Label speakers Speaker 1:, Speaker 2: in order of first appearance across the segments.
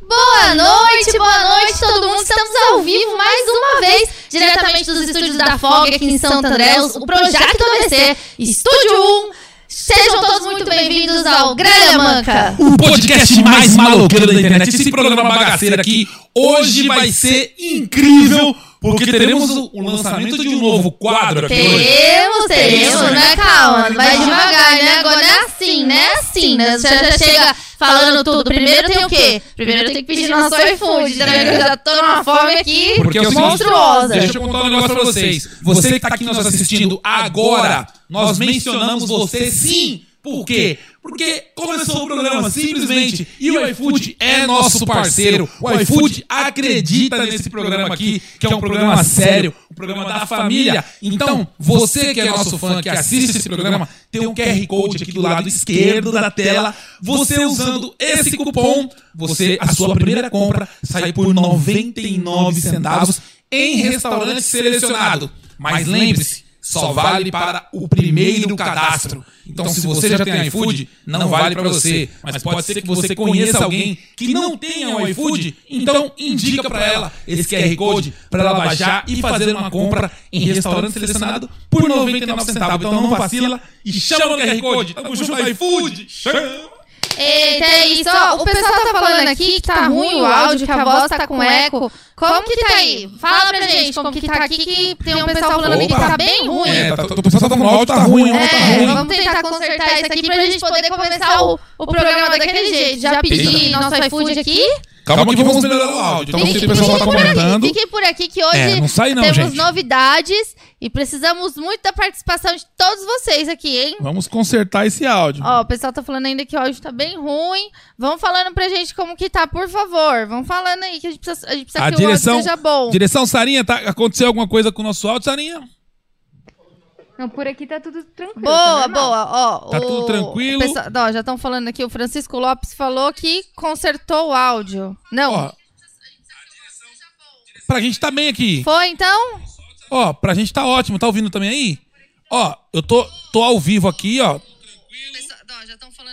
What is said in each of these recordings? Speaker 1: Boa noite, boa noite todo mundo. Estamos ao vivo mais uma vez, diretamente dos estúdios da FOG aqui em Santo André, o Projeto do ABC, Estúdio 1. Sejam todos muito bem-vindos ao Grelha Manca.
Speaker 2: O podcast mais maloqueiro da internet. Esse programa bagaceiro aqui hoje vai ser incrível, porque teremos o o lançamento de um novo quadro aqui hoje.
Speaker 1: Teremos, teremos, né? Calma, não vai devagar, né? Agora é assim, né? Assim, né? Você já chega falando tudo. Primeiro tem o quê? Primeiro tem que pedir nosso iFood, né? Eu já tô numa fome aqui
Speaker 2: Porque é o seguinte,
Speaker 1: monstruosa.
Speaker 2: Deixa eu contar um negócio pra vocês. Você que tá aqui nos assistindo agora, nós mencionamos você sim. Por quê? Porque começou o programa simplesmente e o iFood é nosso parceiro. O iFood acredita nesse programa aqui, que é um programa sério, um programa da família. Então, você que é nosso fã, que assiste esse programa, tem um QR Code aqui do lado esquerdo da tela. Você usando esse cupom, você a sua primeira compra sai por 99 centavos em restaurante selecionado. Mas lembre-se, só vale para o primeiro cadastro. Então, se você já tem iFood, não vale para você. Mas pode ser que você conheça alguém que não tenha um iFood, então indica para ela esse QR Code para ela baixar e fazer uma compra em restaurante selecionado por 99 centavos. Então, não vacila e chama o QR Code. Tamo junto, iFood! Chama!
Speaker 1: Eita, é isso. Ó, o pessoal tá falando aqui que tá ruim o áudio, que a voz tá com eco. Como que tá aí? Fala pra gente como que tá aqui, que tem um pessoal falando aqui que tá bem ruim.
Speaker 2: É, tá, o pessoal tá com áudio, tá ruim, áudio tá
Speaker 1: É,
Speaker 2: ruim.
Speaker 1: vamos tentar consertar isso aqui pra gente poder começar o, o programa daquele jeito. Já pedi nosso iFood aqui.
Speaker 2: Calma, que vamos melhorar o áudio. Então,
Speaker 1: Fiquem-
Speaker 2: se o pessoal tá
Speaker 1: fiquem por aqui,
Speaker 2: comentando.
Speaker 1: Fiquem por aqui que hoje
Speaker 2: É, não sai não,
Speaker 1: temos
Speaker 2: gente.
Speaker 1: novidades e precisamos muito da participação de todos vocês aqui, hein?
Speaker 2: Vamos consertar esse áudio.
Speaker 1: Ó, o pessoal tá falando ainda que o áudio tá bem ruim. Vão falando pra gente como que tá, por favor. Vão falando aí que a gente precisa, a gente precisa
Speaker 2: A
Speaker 1: que o
Speaker 2: direção,
Speaker 1: áudio seja bom.
Speaker 2: direção Sarinha, tá, aconteceu alguma coisa com o nosso áudio, Sarinha?
Speaker 3: Não, por aqui tá tudo tranquilo.
Speaker 1: Boa,
Speaker 3: tá normal.
Speaker 1: boa, ó.
Speaker 2: Tá
Speaker 1: o-
Speaker 2: tudo tranquilo?
Speaker 1: o pessoal- ó, já estão falando aqui, o Francisco Lopes falou que consertou o áudio. Não.
Speaker 2: Ó. Pra gente tá bem aqui.
Speaker 1: Foi então?
Speaker 2: Ó, pra gente tá ótimo. Tá ouvindo também aí? Ó, eu tô, tô ao vivo aqui, ó.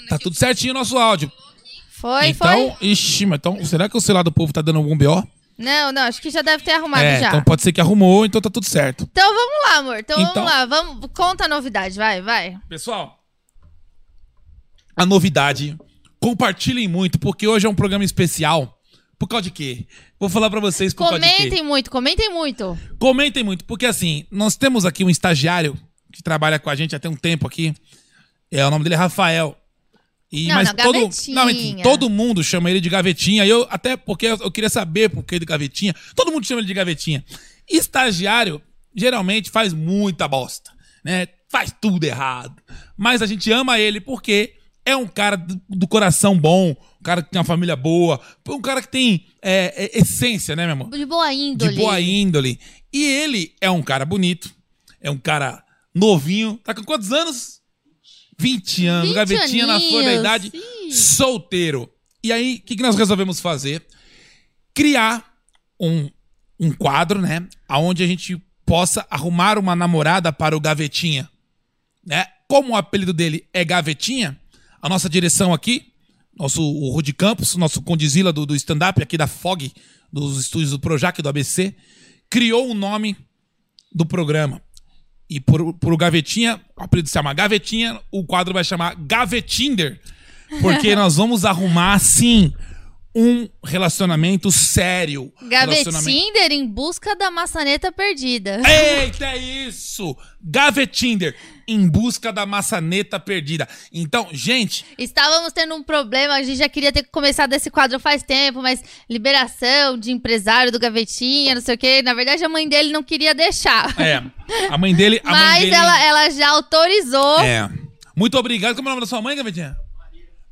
Speaker 2: Tá tudo certinho o nosso áudio.
Speaker 1: Foi, foi?
Speaker 2: Então, ixi, mas então, será que o celular do povo tá dando algum B.O.?
Speaker 1: Não, não, acho que já deve ter arrumado
Speaker 2: É,
Speaker 1: já.
Speaker 2: então pode ser que arrumou, então tá tudo certo.
Speaker 1: Então vamos lá, amor. Então,
Speaker 2: Então-
Speaker 1: vamos lá. Vamos, conta a novidade, vai, vai.
Speaker 2: Pessoal, a novidade. Compartilhem muito, porque hoje é um programa especial. Por causa de quê? Vou falar pra vocês por causa de quê.
Speaker 1: Comentem muito, comentem muito.
Speaker 2: Comentem muito, porque assim, nós temos aqui um estagiário que trabalha com a gente já tem um tempo aqui. É, o nome dele é Rafael. E,
Speaker 1: Não,
Speaker 2: mas
Speaker 1: não,
Speaker 2: todo,
Speaker 1: Gavetinha.
Speaker 2: não, enfim, todo mundo chama ele de gavetinha. E eu, até porque eu, eu queria saber por que de gavetinha. Todo mundo chama ele de gavetinha. Estagiário geralmente faz muita bosta, né? Faz tudo errado. Mas a gente ama ele porque é um cara do, do coração bom, um cara que tem uma família boa, um cara que tem é, é, essência, né, meu amor?
Speaker 1: De boa índole.
Speaker 2: De boa índole. E ele é um cara bonito, é um cara novinho. Tá com quantos anos? 20 anos,
Speaker 1: 20
Speaker 2: gavetinha na flor da
Speaker 1: aninhos,
Speaker 2: idade,
Speaker 1: sim.
Speaker 2: solteiro. E aí, o que, que nós resolvemos fazer? Criar um, um quadro, né? Onde a gente possa arrumar uma namorada para o Gavetinha. Né? Como o apelido dele é Gavetinha, a nossa direção aqui, nosso o Rudy Campos, nosso condizila do, do stand-up aqui da FOG, dos estúdios do Projac e do ABC, criou o nome do programa. E por, por o Gavetinha, o apelido se chama Gavetinha, o quadro vai chamar Gavetinder. Porque nós vamos arrumar, sim, um relacionamento sério. Relacionamento-
Speaker 1: Gavetinder em busca da maçaneta perdida.
Speaker 2: Eita, é isso! Gavetinder, em busca da maçaneta perdida. Então, gente,
Speaker 1: Estávamos tendo um problema, a gente já queria ter começado esse quadro faz tempo, mas liberação de empresário do Gavetinha, não sei o quê. Na verdade, a mãe dele não queria deixar.
Speaker 2: é, a mãe dele... A mãe
Speaker 1: mas
Speaker 2: dele,
Speaker 1: ela, é ela já autorizou.
Speaker 2: É. Muito obrigado. Como é o nome da sua mãe, Gavetinha?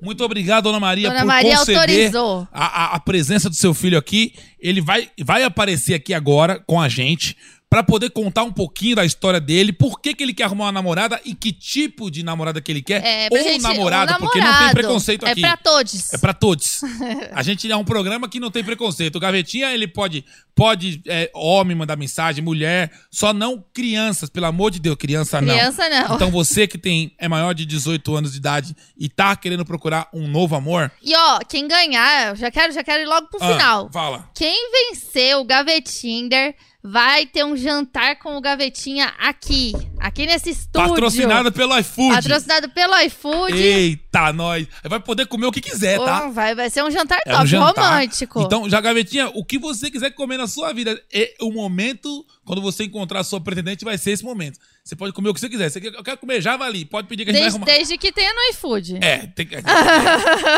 Speaker 2: Muito obrigado, Dona Maria,
Speaker 1: Dona
Speaker 2: por
Speaker 1: Maria
Speaker 2: conceder
Speaker 1: autorizou.
Speaker 2: a, a- a presença do seu filho aqui. Ele vai, vai aparecer aqui agora com a gente para poder contar um pouquinho da história dele, por que, que ele quer arrumar uma namorada e que tipo de namorada que ele quer.
Speaker 1: É, pra
Speaker 2: ou
Speaker 1: gente-
Speaker 2: namorada,
Speaker 1: ou
Speaker 2: porque não tem
Speaker 1: namorado.
Speaker 2: preconceito aqui.
Speaker 1: É pra todos.
Speaker 2: É pra todos. A gente é um programa que não tem preconceito. O Gavetinha, ele pode, pode é, homem mandar mensagem, mulher, só não crianças, pelo amor de Deus, criança não.
Speaker 1: Criança não.
Speaker 2: Então você que tem é maior de 18 anos de idade e tá querendo procurar um novo amor,
Speaker 1: E ó, quem ganhar, eu já quero, já quero ir logo pro
Speaker 2: ah,
Speaker 1: final.
Speaker 2: fala.
Speaker 1: Quem vencer o Gavetinder vai ter um jantar com o Gavetinha aqui. Aqui nesse estúdio.
Speaker 2: Patrocinado pelo iFood.
Speaker 1: Patrocinado pelo iFood.
Speaker 2: Eita, nós. Vai poder comer o que quiser,
Speaker 1: Oh,
Speaker 2: tá?
Speaker 1: vai, vai ser um jantar
Speaker 2: É um
Speaker 1: top,
Speaker 2: jantar.
Speaker 1: romântico.
Speaker 2: Então, já gavetinha, o que você quiser comer na sua vida, é o momento, quando você encontrar a sua pretendente, vai ser esse momento. Você pode comer o que você quiser. Você quer, eu quero comer javali, pode pedir que a gente
Speaker 1: desde,
Speaker 2: vai arrumar.
Speaker 1: desde que tenha no iFood.
Speaker 2: É, tem que.
Speaker 1: Ah,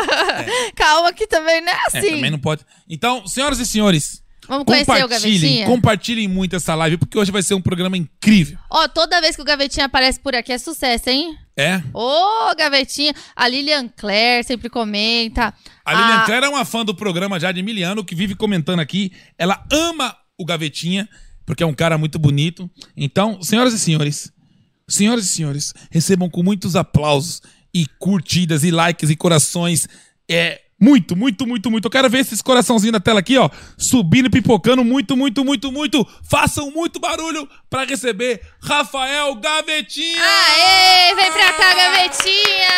Speaker 1: Calma que também não é
Speaker 2: É,
Speaker 1: assim.
Speaker 2: também não pode. Então, senhoras e senhores,
Speaker 1: Vamos conhecer o
Speaker 2: compartilhem,
Speaker 1: Gavetinha?
Speaker 2: compartilhem muito essa live, porque hoje vai ser um programa incrível.
Speaker 1: Ó, toda vez que o Gavetinha aparece por aqui é sucesso, hein?
Speaker 2: É?
Speaker 1: Ô, Gavetinha. A Lilian Claire sempre comenta.
Speaker 2: A Lilian
Speaker 1: Ah.
Speaker 2: Claire é uma fã do programa já de Miliano, que vive comentando aqui. Ela ama o Gavetinha, porque é um cara muito bonito. Então, senhoras e senhores, senhoras e senhores, recebam com muitos aplausos e curtidas e likes e corações. É muito, muito, muito, muito. Eu quero ver esses coraçãozinhos na tela aqui, ó, subindo e pipocando muito, muito, muito, muito. Façam muito barulho pra receber Rafael Gavetinha.
Speaker 1: Aê, vem pra cá, Gavetinha!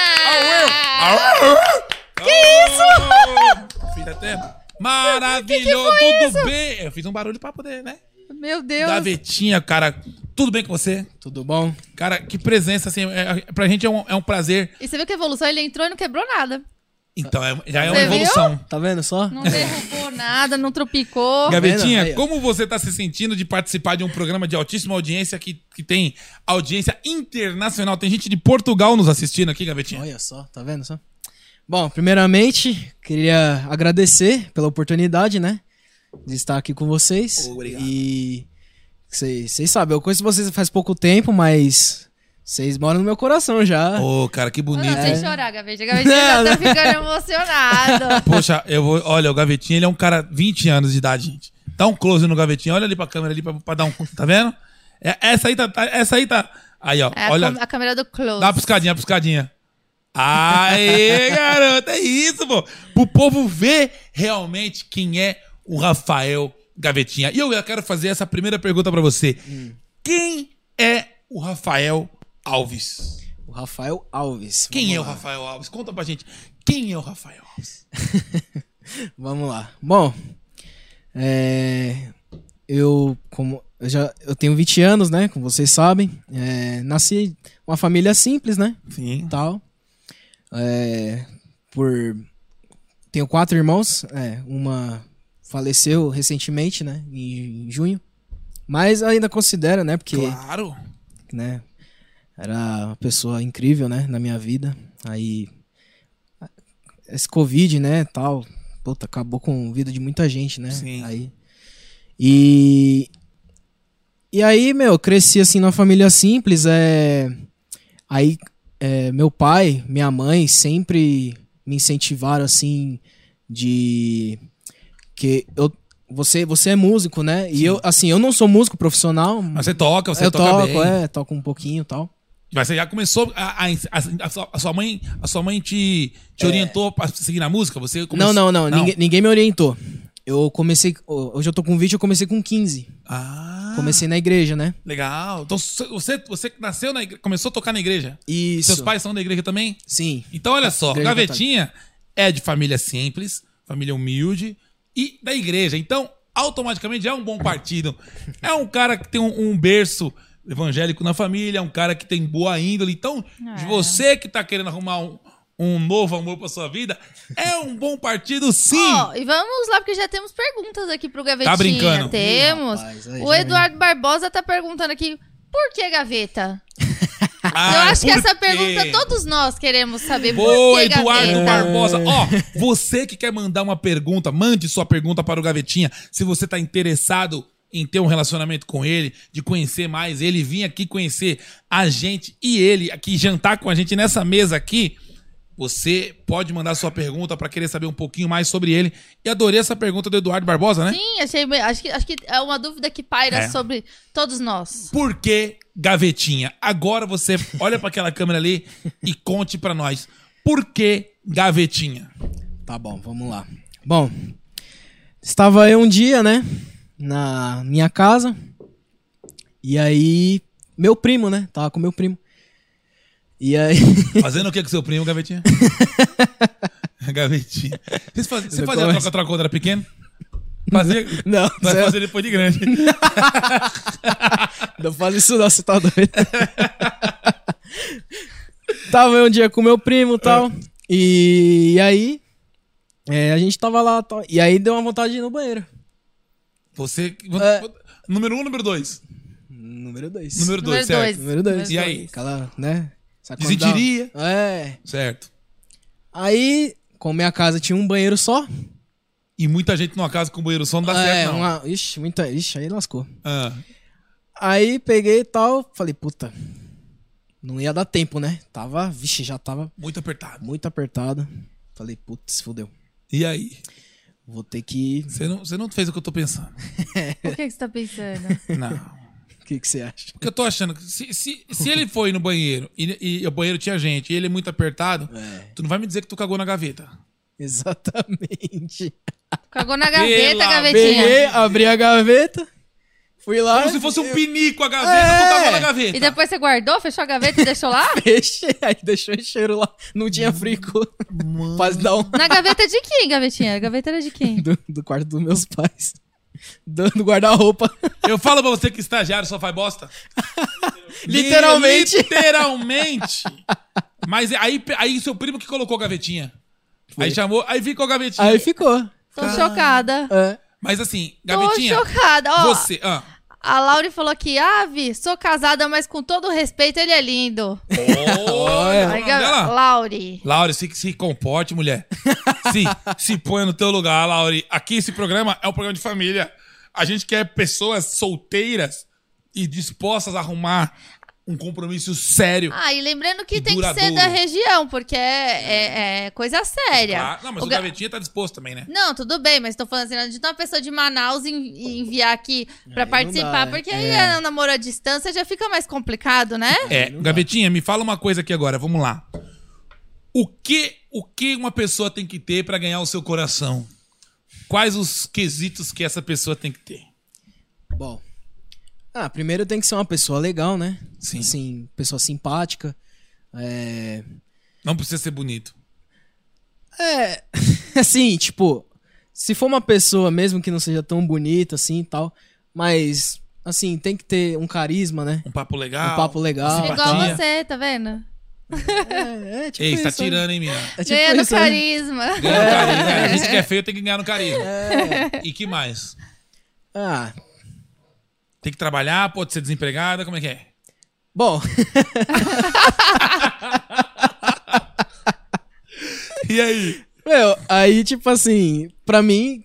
Speaker 2: Que isso? Fiz até maravilhoso. Tudo bem? Eu fiz um barulho pra poder, né?
Speaker 1: Meu Deus.
Speaker 2: Gavetinha, cara. Tudo bem com você?
Speaker 4: Tudo bom?
Speaker 2: Cara, que presença, assim. É, é- pra gente é um, é um prazer.
Speaker 1: E você viu que a evolução? Ele entrou e não quebrou nada.
Speaker 2: Então, é- já é uma
Speaker 1: Você
Speaker 2: evolução.
Speaker 4: Tá vendo só?
Speaker 1: Não derrubou nada, não tropicou.
Speaker 2: Gavetinha,
Speaker 4: Tá Aí, ó.
Speaker 2: como você tá se sentindo de participar de um programa de altíssima audiência que, que tem audiência internacional? Tem gente de Portugal nos assistindo aqui, Gavetinha.
Speaker 4: Olha só, tá vendo só? Bom, primeiramente, queria agradecer pela oportunidade, né? De estar aqui com vocês.
Speaker 2: Obrigado.
Speaker 4: E vocês vocês sabem, eu conheço vocês faz pouco tempo, mas vocês moram no meu coração já.
Speaker 2: Ô, cara, que
Speaker 1: Não,
Speaker 2: bonito.
Speaker 1: não, sem chorar, Gavetinha. Gavetinha já tá ficando emocionado.
Speaker 2: Poxa, eu vou. Olha, o Gavetinha, ele é um cara 20 anos de idade, gente. Dá um close no Gavetinha. Olha ali pra câmera ali pra, pra dar um. Tá vendo? É, essa aí tá, tá- Essa aí tá. Aí, ó.
Speaker 1: É a,
Speaker 2: olha.
Speaker 1: cam- a câmera do close.
Speaker 2: Dá uma piscadinha, uma piscadinha. Aê, garoto, é isso, pô. Pro povo ver realmente quem é o Rafael Gavetinha. E eu já quero fazer essa primeira pergunta pra você. Quem é o Rafael Alves?
Speaker 4: O Rafael Alves.
Speaker 2: Quem
Speaker 4: Vamos
Speaker 2: é o
Speaker 4: lá.
Speaker 2: Rafael Alves? Conta pra gente. Quem é o Rafael Alves?
Speaker 4: Vamos lá. Bom, é, eu como eu já eu tenho 20 anos, né? Como vocês sabem, é, nasci uma família simples, né?
Speaker 2: Sim.
Speaker 4: Tal. É, por tenho quatro irmãos, é, uma faleceu recentemente, né? Em, em junho. Mas ainda considero, né? Porque
Speaker 2: Claro.
Speaker 4: né? Era uma pessoa incrível, né, na minha vida. Aí esse Covid, né, tal, puta, acabou com a vida de muita gente, né?
Speaker 2: Sim.
Speaker 4: Aí e e aí, meu, eu cresci assim numa família simples, é aí é, meu pai, minha mãe sempre me incentivaram assim de que eu você, você é músico, né? E eu, assim, eu não sou músico profissional.
Speaker 2: Mas você toca, você
Speaker 4: eu
Speaker 2: toca
Speaker 4: toco,
Speaker 2: bem.
Speaker 4: é, toco um pouquinho e tal.
Speaker 2: Mas você já começou. A, a, a- a sua- a sua mãe, a sua mãe te, te orientou pra seguir na música? Você começou-
Speaker 4: É. Não, não, não, Ninguém, ninguém me orientou. Eu comecei, hoje eu tô com 20, eu comecei com 15.
Speaker 2: Ah,
Speaker 4: Comecei na igreja, né?
Speaker 2: legal. Então so- você, você que nasceu na igreja, começou a tocar na igreja.
Speaker 4: Isso.
Speaker 2: Seus pais são da igreja também?
Speaker 4: Sim.
Speaker 2: Então olha só,
Speaker 4: Igreja
Speaker 2: Gavetinha é de família simples, família humilde e da igreja. Então, automaticamente é um bom partido. É um cara que tem um, um berço evangélico na família, é um cara que tem boa índole. Então, de
Speaker 1: É.
Speaker 2: você que tá querendo arrumar um, um novo amor pra sua vida, é um bom partido sim.
Speaker 1: Ó, e vamos lá, porque já temos perguntas aqui pro Gavetinha.
Speaker 2: Tá brincando.
Speaker 1: Temos.
Speaker 4: Ih, rapaz, aí
Speaker 1: o
Speaker 4: já vem.
Speaker 1: Eduardo Barbosa tá perguntando aqui, por que gaveta?
Speaker 2: Ah,
Speaker 1: Eu acho que
Speaker 2: por
Speaker 1: essa
Speaker 2: quê?
Speaker 1: pergunta todos nós queremos saber por
Speaker 2: Boa,
Speaker 1: que
Speaker 2: Eduardo
Speaker 1: gaveta.
Speaker 2: Barbosa. Ó, você que quer mandar uma pergunta, mande sua pergunta para o Gavetinha. Se você tá interessado em ter um relacionamento com ele, de conhecer mais ele, vir aqui conhecer a gente e ele, aqui jantar com a gente nessa mesa aqui, Você pode mandar sua pergunta para querer saber um pouquinho mais sobre ele. E adorei essa pergunta do Eduardo Barbosa, né?
Speaker 1: Sim, achei bem- acho, que, acho que é uma dúvida que paira
Speaker 2: É.
Speaker 1: sobre todos nós.
Speaker 2: Por que gavetinha? Agora você olha para aquela câmera ali e conte para nós. Por que gavetinha?
Speaker 4: Tá bom, vamos lá. Bom, estava eu um dia, né, na minha casa. E aí, meu primo, né? Tava com meu primo. E aí,
Speaker 2: Fazendo o que com seu primo, gavetinha? gavetinha. Vocês faz- Você
Speaker 4: Você
Speaker 2: fazia
Speaker 4: começa.
Speaker 2: troca-troca quando era pequeno? Fazia.
Speaker 4: não,
Speaker 2: Vai
Speaker 4: cê-
Speaker 2: fazer depois de grande.
Speaker 4: Não fala isso não, você tá doido. tava eu um dia com meu primo e tal. E, e aí, é, a gente tava lá tal, e aí deu uma vontade de ir no banheiro.
Speaker 2: Você.
Speaker 4: É.
Speaker 2: Número um, número dois.
Speaker 4: Número 2.
Speaker 2: Número dois,
Speaker 1: Número
Speaker 2: certo.
Speaker 1: dois.
Speaker 4: Número 2.
Speaker 2: E aí?
Speaker 4: Aquela, né? sacudão.
Speaker 2: Desidiria.
Speaker 4: É.
Speaker 2: Certo.
Speaker 4: Aí, como minha casa tinha um banheiro só.
Speaker 2: E muita gente numa casa com banheiro só não dá
Speaker 4: é,
Speaker 2: certo, não.
Speaker 4: uma, ixi, muita, ixi, aí lascou.
Speaker 2: Ah,
Speaker 4: Aí peguei e tal, falei, puta, não ia dar tempo, né? Tava, vixe, já tava
Speaker 2: muito apertado.
Speaker 4: muito apertado. Falei, putz, fodeu.
Speaker 2: E aí?
Speaker 4: Vou ter que.
Speaker 2: Você não, você não fez o que eu tô pensando.
Speaker 3: O que, que você tá pensando?
Speaker 2: Não.
Speaker 4: O que, que você acha?
Speaker 2: Porque eu tô achando que se, se, se ele foi no banheiro e, e o banheiro tinha gente e ele é muito apertado,
Speaker 4: É.
Speaker 2: tu não vai me dizer que tu cagou na gaveta.
Speaker 4: Exatamente.
Speaker 1: Cagou na gaveta,
Speaker 2: Pela
Speaker 1: gavetinha.
Speaker 4: Peguei, abri a gaveta, fui lá.
Speaker 2: Como se fosse um
Speaker 4: eu
Speaker 2: pinico a gaveta,
Speaker 4: É.
Speaker 2: tu cagou na gaveta.
Speaker 1: E depois você guardou, fechou a gaveta e deixou lá?
Speaker 4: Fechei, aí deixou o cheiro lá. Não tinha frico. Quase dar um
Speaker 1: Na gaveta de quem, gavetinha? A gaveta era de quem?
Speaker 4: do, do quarto dos meus pais. Do, do guarda-roupa.
Speaker 2: Eu falo pra você que estagiário só faz bosta.
Speaker 4: Literalmente.
Speaker 2: Literalmente. Mas aí, aí seu primo que colocou a gavetinha. Aí chamou, aí ficou a gavetinha.
Speaker 4: Aí ficou.
Speaker 1: Tô chocada.
Speaker 4: É.
Speaker 2: Mas assim,
Speaker 1: Tô
Speaker 2: gavetinha,
Speaker 1: chocada. Ó,
Speaker 2: você... ah.
Speaker 1: a Laure falou que, Ave, sou casada, mas com todo respeito, ele é lindo.
Speaker 2: Olha, como é o
Speaker 1: Aí,
Speaker 2: nome
Speaker 1: ga-
Speaker 2: dela?
Speaker 1: Laure.
Speaker 2: Laure, se, se comporte, mulher. Se, se ponha no teu lugar, Laure. Aqui esse programa é um programa de família. A gente quer pessoas solteiras e dispostas a arrumar um compromisso sério.
Speaker 1: Ah, e lembrando que tem que ser
Speaker 2: Duradouro.
Speaker 1: da região, porque é, é- é coisa séria.
Speaker 2: Ah, não, mas o,
Speaker 1: ga-
Speaker 2: gavetinha tá disposto também, né?
Speaker 1: Não, tudo bem, mas tô falando assim, não adianta uma pessoa de Manaus en- e enviar aqui pra
Speaker 4: não
Speaker 1: participar,
Speaker 4: dá, é.
Speaker 1: porque aí
Speaker 4: É.
Speaker 1: é um namoro à distância já fica mais complicado, né?
Speaker 2: É, gavetinha, me fala uma coisa aqui agora, vamos lá. O que, o que uma pessoa tem que ter pra ganhar o seu coração? Quais os quesitos que essa pessoa tem que ter?
Speaker 4: Bom. Ah, primeiro tem que ser uma pessoa legal, né?
Speaker 2: Sim.
Speaker 4: Assim, pessoa simpática. É.
Speaker 2: Não precisa ser bonito.
Speaker 4: É. Assim, tipo, se for uma pessoa mesmo que não seja tão bonita assim e tal, mas assim, tem que ter um carisma, né?
Speaker 2: Um papo legal.
Speaker 4: Um papo legal.
Speaker 1: É igual
Speaker 2: simpatia.
Speaker 1: você, tá vendo?
Speaker 4: É, é tipo
Speaker 2: Ei,
Speaker 4: isso,
Speaker 2: tá
Speaker 4: né?
Speaker 2: tirando, hein, mina?
Speaker 4: É tipo
Speaker 1: Ganhando
Speaker 4: isso, né?
Speaker 1: carisma.
Speaker 2: Ganhar no carisma. né? A gente que é feio tem que ganhar no carisma. E que mais?
Speaker 4: Ah,
Speaker 2: Tem que trabalhar, pode ser desempregada, como é que é?
Speaker 4: bom,
Speaker 2: E aí?
Speaker 4: meu, aí tipo assim, pra mim,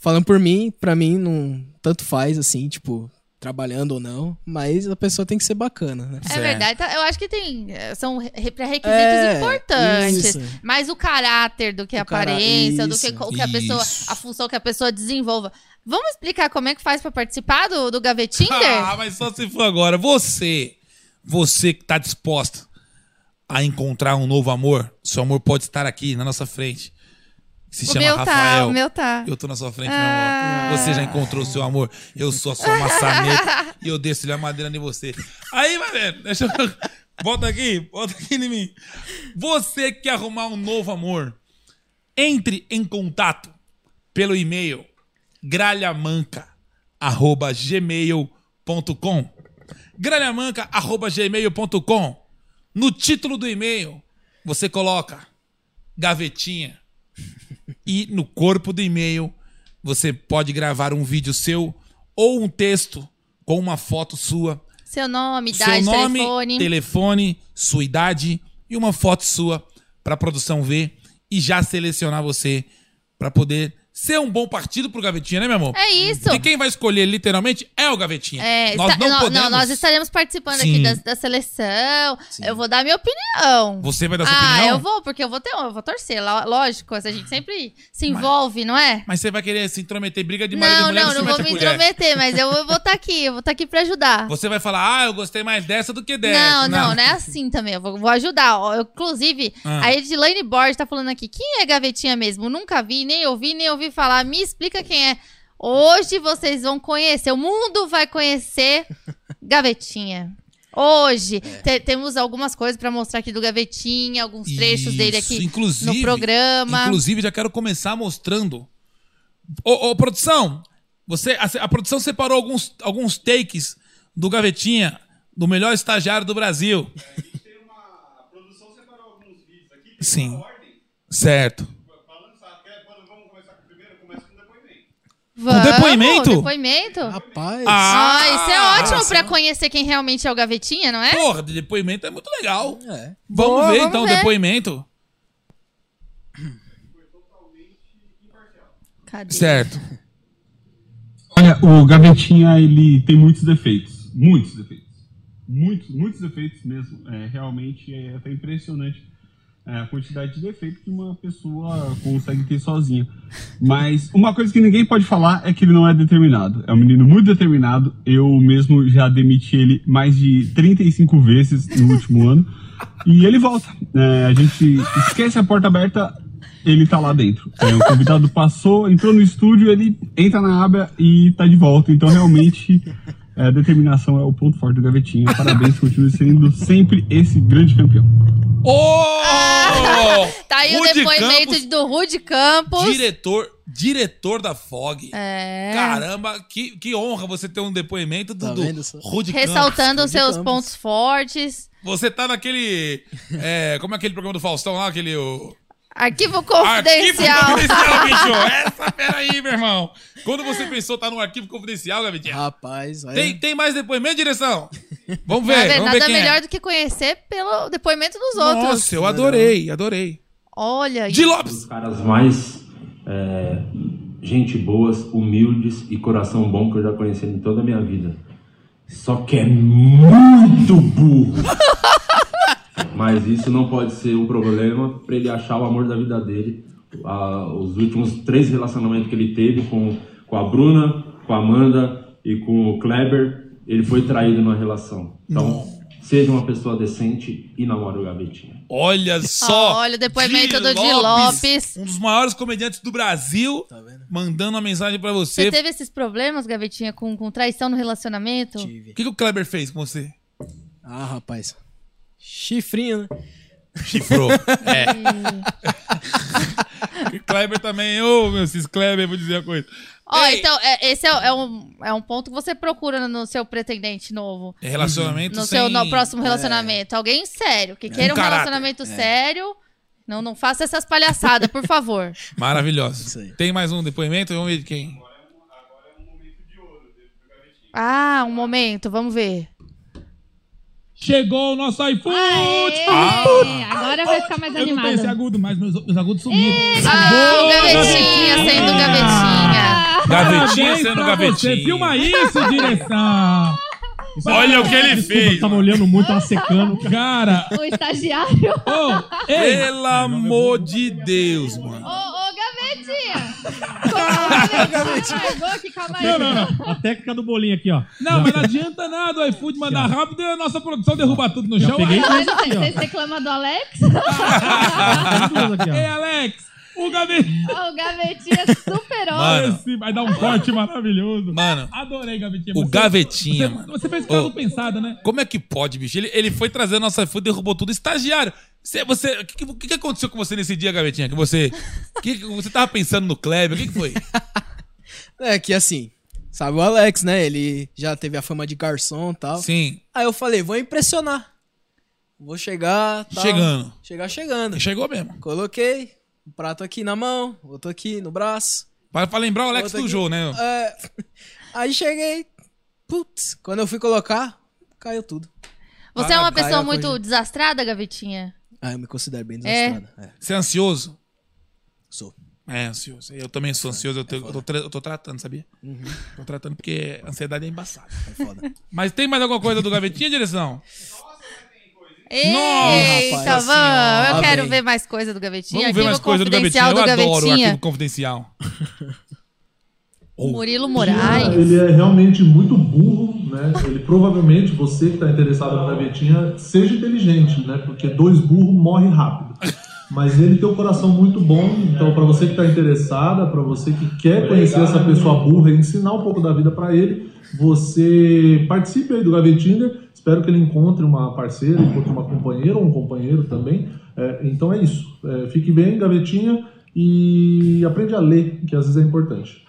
Speaker 4: falando por mim, pra mim não tanto faz assim, tipo, trabalhando ou não, mas a pessoa tem que ser bacana, né?
Speaker 1: É
Speaker 2: Certo.
Speaker 1: verdade, tá? eu acho que tem, eh, são re- pré-requisitos
Speaker 4: É,
Speaker 1: importantes,
Speaker 4: isso.
Speaker 1: mas o caráter do que a
Speaker 4: O cara-
Speaker 1: aparência, do
Speaker 4: isso,
Speaker 1: que, co- o que a pessoa,
Speaker 2: isso.
Speaker 1: a função que a pessoa desenvolva. Vamos explicar como é que faz pra participar do, do Gavetinder?
Speaker 2: Ah, mas só se for agora. Você, você que tá disposta a encontrar um novo amor, seu amor pode estar aqui na nossa frente. Se
Speaker 1: o
Speaker 2: chama
Speaker 1: meu
Speaker 2: Rafael.
Speaker 1: tá, o meu tá.
Speaker 2: Eu tô na sua frente, meu amor. Você já encontrou o seu amor. Eu sou a sua maçaneta e eu desço-lhe a madeira de você. Aí, vai vendo. Deixa eu... Volta aqui, volta aqui em mim. Você que quer arrumar um novo amor, entre em contato pelo e-mail gralhamanca.gmail.com gralhamanca.gmail.com No título do e-mail, você coloca gavetinha e no corpo do e-mail você pode gravar um vídeo seu ou um texto com uma foto sua,
Speaker 1: Seu nome, idade,
Speaker 2: seu nome,
Speaker 1: telefone.
Speaker 2: telefone, sua idade e uma foto sua para a produção ver e já selecionar você para poder ser um bom partido pro Gavetinha, né, meu amor?
Speaker 1: É isso.
Speaker 2: E quem vai escolher, literalmente, é o Gavetinha.
Speaker 1: É,
Speaker 2: nós
Speaker 1: está-
Speaker 2: não
Speaker 1: nó-
Speaker 2: podemos.
Speaker 1: nós estaremos participando
Speaker 2: Sim.
Speaker 1: aqui da, da seleção. Eu vou dar minha opinião.
Speaker 2: Você vai dar sua
Speaker 1: ah,
Speaker 2: opinião?
Speaker 1: eu vou, porque eu vou ter, eu vou torcer, lo- lógico, a gente sempre se envolve, não é?
Speaker 2: Mas você vai querer se intrometer, briga de marido e
Speaker 1: Não,
Speaker 2: mulher,
Speaker 1: não,
Speaker 2: você
Speaker 1: não
Speaker 2: mete
Speaker 1: vou
Speaker 2: a
Speaker 1: me
Speaker 2: colher.
Speaker 1: intrometer, mas eu vou estar aqui, eu vou estar aqui pra ajudar.
Speaker 2: Você vai falar, ah, eu gostei mais dessa do que dessa.
Speaker 1: Não, não, não é assim também. Eu vou, vou ajudar. ó. Eu, inclusive,
Speaker 2: Ah.
Speaker 1: a Edilane Borges tá falando aqui. Quem é Gavetinha mesmo? Nunca vi, nem ouvi, nem ouvi falar. Me explica quem é. Hoje vocês vão conhecer. O mundo vai conhecer Gavetinha.
Speaker 2: É.
Speaker 1: Hoje. Te- temos algumas coisas pra mostrar aqui do Gavetinha, alguns trechos dele
Speaker 2: Isso,
Speaker 1: aqui
Speaker 2: inclusive,
Speaker 1: no programa.
Speaker 2: Inclusive, já quero começar mostrando. Ô, ô, produção, você, a, a produção separou alguns, alguns takes do Gavetinha, do melhor estagiário do Brasil.
Speaker 3: A produção separou alguns vídeos aqui, tá tem
Speaker 2: Sim.
Speaker 3: uma ordem
Speaker 2: Certo.
Speaker 3: pra- pra lançar. Quer, é? quando vamos começar com o primeiro, começa com o depoimento.
Speaker 1: Vamos,
Speaker 2: depoimento?
Speaker 1: depoimento?
Speaker 4: Rapaz.
Speaker 1: Ah, isso é ótimo pra conhecer quem realmente é o Gavetinha, não é?
Speaker 2: Porra, de depoimento é muito legal.
Speaker 4: É.
Speaker 2: Vamos
Speaker 1: Boa,
Speaker 2: ver
Speaker 1: vamos
Speaker 2: então o
Speaker 1: ver.
Speaker 2: depoimento.
Speaker 1: Cadê?
Speaker 2: Certo.
Speaker 3: Olha, o Gavetinha, ele tem muitos defeitos. Muitos defeitos. Muitos, muitos defeitos mesmo. É, realmente é até impressionante é, a quantidade de defeitos que uma pessoa consegue ter sozinha. Mas uma coisa que ninguém pode falar é que ele não é determinado. É um menino muito determinado. Eu mesmo já demiti ele mais de 35 vezes no último ano. E ele volta. É, a gente esquece a porta aberta, ele tá lá dentro. É, o convidado passou, entrou no estúdio, ele entra na aba e tá de volta. Então, realmente, é, a determinação é o ponto forte do Gavetinho. Parabéns, continue sendo sempre esse grande campeão.
Speaker 2: Oh!
Speaker 1: Tá aí o
Speaker 2: Rude
Speaker 1: depoimento
Speaker 2: Campos,
Speaker 1: do Rude Campos.
Speaker 2: diretor, diretor da FOG.
Speaker 1: É,
Speaker 2: Caramba, que, que honra você ter um depoimento do,
Speaker 4: Tá
Speaker 2: do
Speaker 4: vendo só?
Speaker 2: Rude Campos.
Speaker 1: ressaltando
Speaker 4: Rude
Speaker 1: os seus
Speaker 4: Campos.
Speaker 1: pontos fortes.
Speaker 2: Você tá naquele. é, como é aquele programa do Faustão lá? Aquele. O...
Speaker 1: Arquivo
Speaker 2: Arquivo
Speaker 1: confidencial.
Speaker 2: confidencial, bicho! Essa pera aí, meu irmão! Quando você pensou tá no arquivo confidencial, Gavitinha?
Speaker 4: Rapaz, olha.
Speaker 2: tem, tem mais depoimento, direção? Vamos
Speaker 1: Na
Speaker 2: ver,
Speaker 1: verdade,
Speaker 2: vamos ver
Speaker 1: nada
Speaker 2: quem
Speaker 1: melhor
Speaker 2: é.
Speaker 1: do que conhecer pelo depoimento dos outros.
Speaker 2: Nossa, eu adorei, adorei.
Speaker 1: Olha,
Speaker 2: De Lopes!
Speaker 5: Os caras mais é, gente boas, humildes e coração bom que eu já conheci em toda a minha vida. Só que é muito burro. Mas isso não pode ser um problema para ele achar o amor da vida dele. Ah, os últimos três relacionamentos que ele teve com, com a Bruna, com a Amanda e com o Kleber, ele foi traído na relação. Então, seja uma pessoa decente e namore o Gavetinha.
Speaker 2: Olha só!
Speaker 1: Ah, Olha o depoimento do Di Lopes.
Speaker 2: Um dos maiores comediantes do Brasil,
Speaker 4: Tá vendo?
Speaker 2: mandando uma mensagem pra
Speaker 1: você
Speaker 2: você.
Speaker 1: teve esses problemas, Gavetinha, com, com traição no relacionamento?
Speaker 2: O que, que o Kleber fez com você?
Speaker 4: Ah, rapaz. Chifrinho, né?
Speaker 2: Chifrou. é. Kleber também, ô meu, esses Kleber, vou dizer uma coisa.
Speaker 6: Uhum.
Speaker 1: Ó,
Speaker 2: Ei,
Speaker 1: então, é- esse é, é um, é um ponto que você procura no seu pretendente novo.
Speaker 2: é Relacionamento
Speaker 1: no
Speaker 2: sem...
Speaker 1: seu no próximo relacionamento. Alguém sério, que queira um
Speaker 2: é. caráter. é.
Speaker 1: relacionamento sério. Não, não faça essas palhaçadas, por favor.
Speaker 4: Isso aí.
Speaker 2: Maravilhoso. Tem mais um depoimento? Vamos ver de quem.
Speaker 1: Ah, um momento, vamos ver.
Speaker 6: Chegou o nosso iFood!
Speaker 1: tá
Speaker 2: Ah,
Speaker 7: É, Agora vai ficar mais
Speaker 6: Eu não tenho esse
Speaker 7: animado.
Speaker 6: agudo mais, meus, meus agudos sumiram.
Speaker 1: Ah, o gavetinha, sendo gavetinha.
Speaker 2: gavetinha
Speaker 6: Parabéns
Speaker 2: sendo
Speaker 6: Ah, pra
Speaker 2: gavetinha.
Speaker 6: Você filma isso, direção!
Speaker 2: Olha o que ele
Speaker 6: Desculpa,
Speaker 2: fez,
Speaker 6: Eu tava
Speaker 2: mano.
Speaker 6: olhando muito, tava secando. Cara,
Speaker 7: O estagiário.
Speaker 6: ô, ei, é
Speaker 2: Pelo amor de Deus, mano.
Speaker 7: Ô, ô, gavetinha! Ô, gavetinha! Chegou aqui com a
Speaker 6: Ah,
Speaker 7: Maria.
Speaker 6: Não, não, não. A técnica do bolinho aqui, ó. Não, mas não adianta nada o iFood mandar rápido e a nossa produção derrubar tudo no chão. peguei.
Speaker 7: Mas assim, você- Vocês reclamam do Alex?
Speaker 6: As duas aqui,
Speaker 2: Ei,
Speaker 6: ó.
Speaker 2: Alex!
Speaker 6: O Gavetinho
Speaker 7: Ó, O gavetinha superou.
Speaker 2: Mano,
Speaker 6: esse vai dar um corte maravilhoso.
Speaker 2: mano,
Speaker 6: Adorei, Gavetinha.
Speaker 2: o
Speaker 6: Você-
Speaker 2: gavetinha,
Speaker 6: você-
Speaker 2: mano.
Speaker 6: Você fez com a
Speaker 2: Ô.
Speaker 6: mão pensada, né?
Speaker 2: Como é que pode, bicho? Ele, ele foi trazer a nossa iFood, derrubou tudo. Estagiário, você. você- O que, que- que aconteceu com você nesse dia, gavetinha? Que você. que, que você tava pensando no Kleber? O que, que foi?
Speaker 4: É que assim, sabe o Alex, né? Ele já teve a fama de garçom e tal.
Speaker 2: Sim,
Speaker 4: Aí eu falei, vou impressionar. Vou chegar. Tal.
Speaker 2: Chegando.
Speaker 4: Chegar chegando.
Speaker 2: chegou mesmo.
Speaker 4: Coloquei um prato aqui na mão, outro aqui no braço.
Speaker 2: Pra, pra lembrar o Alex
Speaker 4: outro
Speaker 2: do
Speaker 4: aqui.
Speaker 2: jogo, né?
Speaker 4: É, Aí cheguei. Putz, quando eu fui colocar, caiu tudo.
Speaker 1: Você é uma
Speaker 4: Ah, caiu
Speaker 1: pessoa
Speaker 4: a
Speaker 1: muito
Speaker 4: coisa.
Speaker 1: desastrada, gavetinha?
Speaker 4: Ah, eu me considero bem desastrado. É.
Speaker 2: Você é ansioso?
Speaker 4: sou.
Speaker 2: É, ansioso. Eu também sou ansioso, eu, tenho- eu tô, tra- eu tô tratando, sabia?
Speaker 1: Uhum.
Speaker 2: Tô tratando porque a ansiedade é embaçada.
Speaker 4: É foda.
Speaker 2: Mas tem mais alguma coisa do gavetinha, direção?
Speaker 1: Eita,
Speaker 4: rapaz,
Speaker 2: assim,
Speaker 1: vamos.
Speaker 4: senhora,
Speaker 1: Eu quero
Speaker 4: vem.
Speaker 1: ver mais coisa do gavetinho.
Speaker 2: Vamos ver
Speaker 1: Arquivo
Speaker 2: mais coisa do gavetinha.
Speaker 1: confidencial
Speaker 2: Eu
Speaker 1: do
Speaker 2: adoro o
Speaker 1: gavetinha.
Speaker 2: arquivo confidencial.
Speaker 1: Murilo Moraes.
Speaker 8: Ele é realmente muito burro, né? Ele provavelmente, você que está interessado na gavetinha, seja inteligente, né? Porque dois burros morrem rápido. Mas ele tem um coração muito bom, então para você que está interessada, para você que quer conhecer essa pessoa burra e ensinar um pouco da vida para ele, você participe aí do Gavetinder. Espero que ele encontre uma parceira, encontre uma companheira ou um companheiro também. É, então é isso. É, fique bem, gavetinha, e aprende a ler, que às vezes é importante.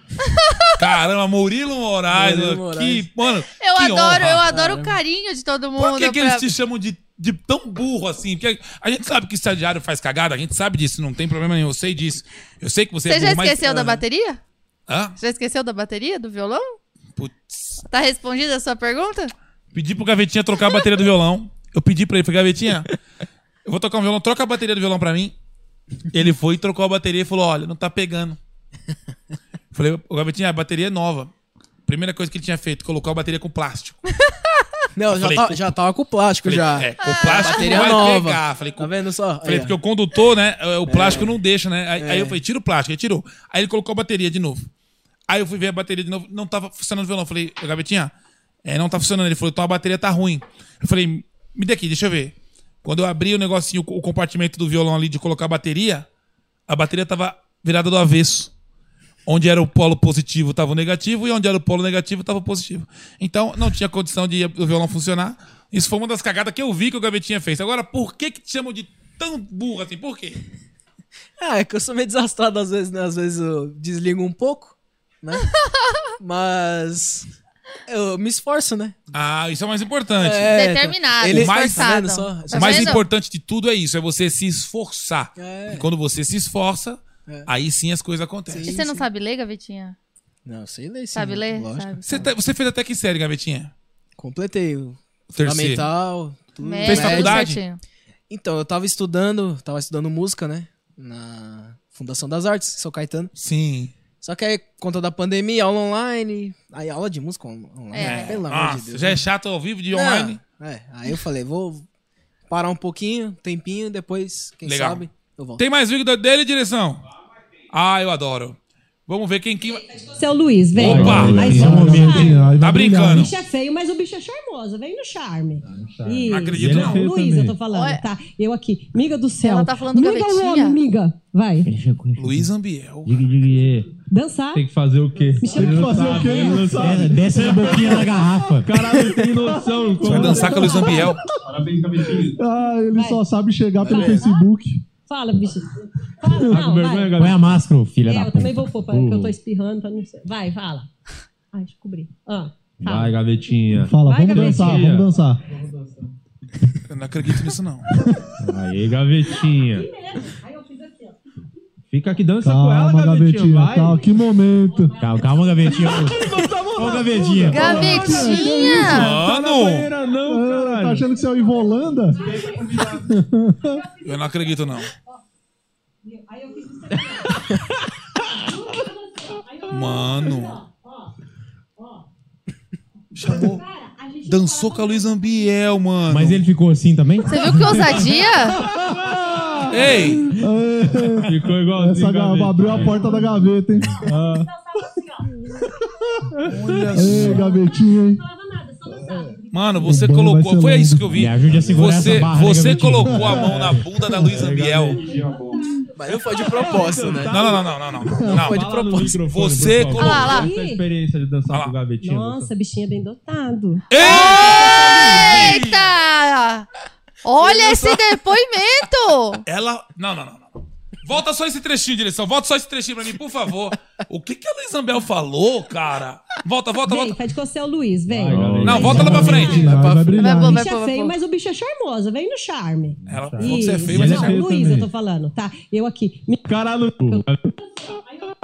Speaker 2: Caramba, Murilo Moraes.
Speaker 4: Murilo
Speaker 2: mano,
Speaker 4: Moraes.
Speaker 2: Que, mano,
Speaker 1: Eu
Speaker 2: que
Speaker 1: adoro,
Speaker 2: honra.
Speaker 1: eu adoro o carinho de todo mundo.
Speaker 2: Por que, que
Speaker 1: pra-
Speaker 2: eles te chamam de, de tão burro assim? Porque a gente sabe que estagiário faz cagada, a gente sabe disso, não tem problema nenhum, eu sei disso. Eu sei que você, é
Speaker 1: Você já
Speaker 2: burro, mas-
Speaker 1: esqueceu
Speaker 4: Ah.
Speaker 1: da bateria?
Speaker 2: Hã?
Speaker 1: Já esqueceu da bateria do violão?
Speaker 2: Putz.
Speaker 1: Tá respondida a sua pergunta?
Speaker 2: Pedi pro Gavetinha trocar a bateria do violão. Eu pedi pra ele, falei, Gavetinha, eu vou tocar um violão, troca a bateria do violão pra mim. Ele foi, trocou a bateria e falou, olha, não tá pegando. Falei, ô Gavetinha, a bateria é nova. Primeira coisa que ele tinha feito, colocou a bateria com plástico.
Speaker 4: Não, já,
Speaker 2: falei,
Speaker 4: tá-
Speaker 2: com-
Speaker 4: já tava com o plástico
Speaker 2: Falei,
Speaker 4: já. Ah,
Speaker 2: É, com plástico
Speaker 4: Bateria
Speaker 2: vai
Speaker 4: nova. É.
Speaker 2: pegar. Falei,
Speaker 4: Tá
Speaker 2: com
Speaker 4: vendo só?
Speaker 2: Falei,
Speaker 4: Aí, ó.
Speaker 2: porque o condutor, né? O plástico não deixa, né? Aí,
Speaker 4: É.
Speaker 2: aí eu falei, tira o plástico, ele tirou. Aí ele colocou a bateria de novo. Aí eu fui ver a bateria de novo, não tava funcionando o violão. Eu Falei, ô Gavetinha, é, não tá funcionando. Ele falou, então a bateria tá ruim. Eu falei, me dê aqui, deixa eu ver. Quando eu abri o negocinho, o compartimento do violão ali de colocar a bateria, a bateria tava virada do avesso. Onde era o polo positivo estava o negativo e onde era o polo negativo estava o positivo. Então não tinha condição de o violão funcionar. Isso foi uma das cagadas que eu vi que o Gavetinha fez. Agora, por que que te chamam de tão burro assim? Por quê?
Speaker 4: Ah, é que eu sou meio desastrado às vezes, né? Às vezes eu desligo um pouco, né? Mas eu me esforço, né?
Speaker 2: Ah, isso é o mais importante.
Speaker 4: É,
Speaker 1: Determinado,
Speaker 4: ele-
Speaker 2: Mais-
Speaker 4: tá vendo
Speaker 1: esforçado.
Speaker 4: só?
Speaker 2: o
Speaker 1: Tá
Speaker 2: mais
Speaker 1: vendo?
Speaker 2: importante de tudo é isso, é você se esforçar.
Speaker 4: É.
Speaker 2: E quando você se esforça,
Speaker 4: É.
Speaker 2: aí sim as coisas acontecem.
Speaker 1: E você não sabe ler, Gavetinha?
Speaker 4: Não, sei ler sim.
Speaker 1: Sabe ler?
Speaker 4: lógico.
Speaker 1: Sabe.
Speaker 2: Você, tá- você fez até que série, Gavetinha?
Speaker 4: Completei o
Speaker 2: Terceiro.
Speaker 4: fundamental, tudo.
Speaker 1: Médio,
Speaker 2: Fez
Speaker 1: tudo
Speaker 2: faculdade?
Speaker 1: certinho.
Speaker 4: Então, eu tava estudando, tava estudando música, né? Na Fundação das Artes, São Caetano.
Speaker 2: Sim.
Speaker 4: Só que aí, por conta da pandemia, aula online. Aí, aula de música on- online.
Speaker 1: É.
Speaker 4: Pelo amor de
Speaker 2: Nossa,
Speaker 4: Deus.
Speaker 2: já
Speaker 4: né?
Speaker 2: é chato ao vivo de online.
Speaker 4: Não, é, aí eu falei, vou parar um pouquinho, um tempinho, depois, quem
Speaker 2: Legal.
Speaker 4: sabe, eu volto.
Speaker 2: Tem mais vídeo do- dele, direção? Ah, eu adoro. Vamos ver quem que.
Speaker 9: Seu Luiz, vem.
Speaker 2: Opa!
Speaker 9: Aí
Speaker 3: Tá
Speaker 9: só
Speaker 8: Vamos
Speaker 9: no
Speaker 8: ver
Speaker 9: charme.
Speaker 8: aqui, ó.
Speaker 2: Tá
Speaker 9: O
Speaker 2: brincando.
Speaker 9: bicho é feio, mas o bicho é charmoso. Vem no charme.
Speaker 2: Ah,
Speaker 9: Isso.
Speaker 2: Não acredito,
Speaker 9: não.
Speaker 2: não.
Speaker 8: feio
Speaker 9: Luiz,
Speaker 8: também.
Speaker 9: eu tô falando,
Speaker 1: Olha.
Speaker 9: tá? Eu aqui. Miga do céu.
Speaker 1: Ela tá falando do
Speaker 9: Miga, é
Speaker 1: gavetinha?
Speaker 9: amiga. Vai.
Speaker 2: Luiz Ambiel.
Speaker 9: Dançar.
Speaker 10: Tem que fazer o quê?
Speaker 9: chama
Speaker 8: Tem que fazer o quê? Não sabe.
Speaker 9: Desce a boquinha na garrafa.
Speaker 10: Caralho, tem noção.
Speaker 2: Você vai dançar com a Luiz Ambiel.
Speaker 8: Parabéns, Gavetinha. Ah, ele só sabe chegar pelo
Speaker 9: Beleza.
Speaker 8: Facebook.
Speaker 9: Fala, bicho. Fala, não, vai.
Speaker 10: Põe a máscara, filha
Speaker 9: É, eu também vou pôr, pra- porque eu tô espirrando pra não ser. Vai, fala. Ai, descobri. Ah, fala.
Speaker 10: gavetinha.
Speaker 8: Fala,
Speaker 9: Vai,
Speaker 8: vamos dançar,
Speaker 10: Gavetinha.
Speaker 8: vamos dançar.
Speaker 2: Eu não acredito nisso, não.
Speaker 10: Aí, gavetinha.
Speaker 9: Aí eu fiz assim, ó.
Speaker 10: Fica aqui, dança
Speaker 8: Calma, Gavetinha, calma, que momento.
Speaker 10: Calma, calma, gavetinha. Ô, gavetinha.
Speaker 1: Gavetinha!
Speaker 2: Mano!
Speaker 10: não,
Speaker 8: Ah, Tá achando que você é o Ivolanda?
Speaker 2: Eu não acredito, não.
Speaker 9: Aí eu fiz isso aqui.
Speaker 2: Mano. Chamou. Dançou com a Luiz Ambiel, mano.
Speaker 10: Mas ele ficou assim também?
Speaker 1: Você viu que ousadia?
Speaker 2: Ei!
Speaker 10: Ficou igual
Speaker 8: Essa garrafa abriu a porta da gaveta, hein?
Speaker 11: Ah.
Speaker 8: Ah. Ei, gavetinha, hein?
Speaker 9: Não falava nada, só dançava.
Speaker 2: Mano, você
Speaker 8: bom, vai
Speaker 2: colocou.
Speaker 8: ser
Speaker 2: Foi
Speaker 8: longo.
Speaker 2: isso que eu vi.
Speaker 10: Me ajude a segurar
Speaker 2: Você,
Speaker 10: essa barra, né,
Speaker 2: você
Speaker 10: Gavetinha?
Speaker 2: colocou a mão na bunda da Luiz Ambiel.
Speaker 4: Mas não foi de propósito, né?
Speaker 2: Não, não, não, não, não, não. não.
Speaker 4: Foi de propósito.
Speaker 2: Você
Speaker 1: Olha lá, olha lá.
Speaker 10: Essa experiência de dançar
Speaker 2: Olha
Speaker 10: com
Speaker 2: lá.
Speaker 10: gavetinha.
Speaker 9: Nossa, bichinha bem dotado.
Speaker 2: Ei!
Speaker 1: Eita! Olha esse depoimento!
Speaker 2: Ela. Não, não, não, não. Volta só esse trechinho, direção. Volta só esse trechinho pra mim, por favor. O que, que a Luiz Ambiel falou, cara? Volta, volta,
Speaker 9: Vem,
Speaker 2: volta.
Speaker 9: faz com o seu Luiz, vem.
Speaker 10: Vai, galera.
Speaker 2: Não, volta lá pra frente.
Speaker 8: Vai, vai
Speaker 1: Vai,
Speaker 8: brilhar.
Speaker 1: vai,
Speaker 9: O
Speaker 8: hein?
Speaker 1: vai,
Speaker 9: bicho é
Speaker 1: vai,
Speaker 9: feio,
Speaker 1: vai.
Speaker 9: mas o bicho é charmoso. Vem no charme.
Speaker 2: Ela falou que
Speaker 9: Isso.
Speaker 2: você é feio, mas é
Speaker 9: não,
Speaker 10: feio
Speaker 9: Luiz,
Speaker 10: também.
Speaker 9: eu tô falando, tá? Eu aqui.
Speaker 10: Caralho.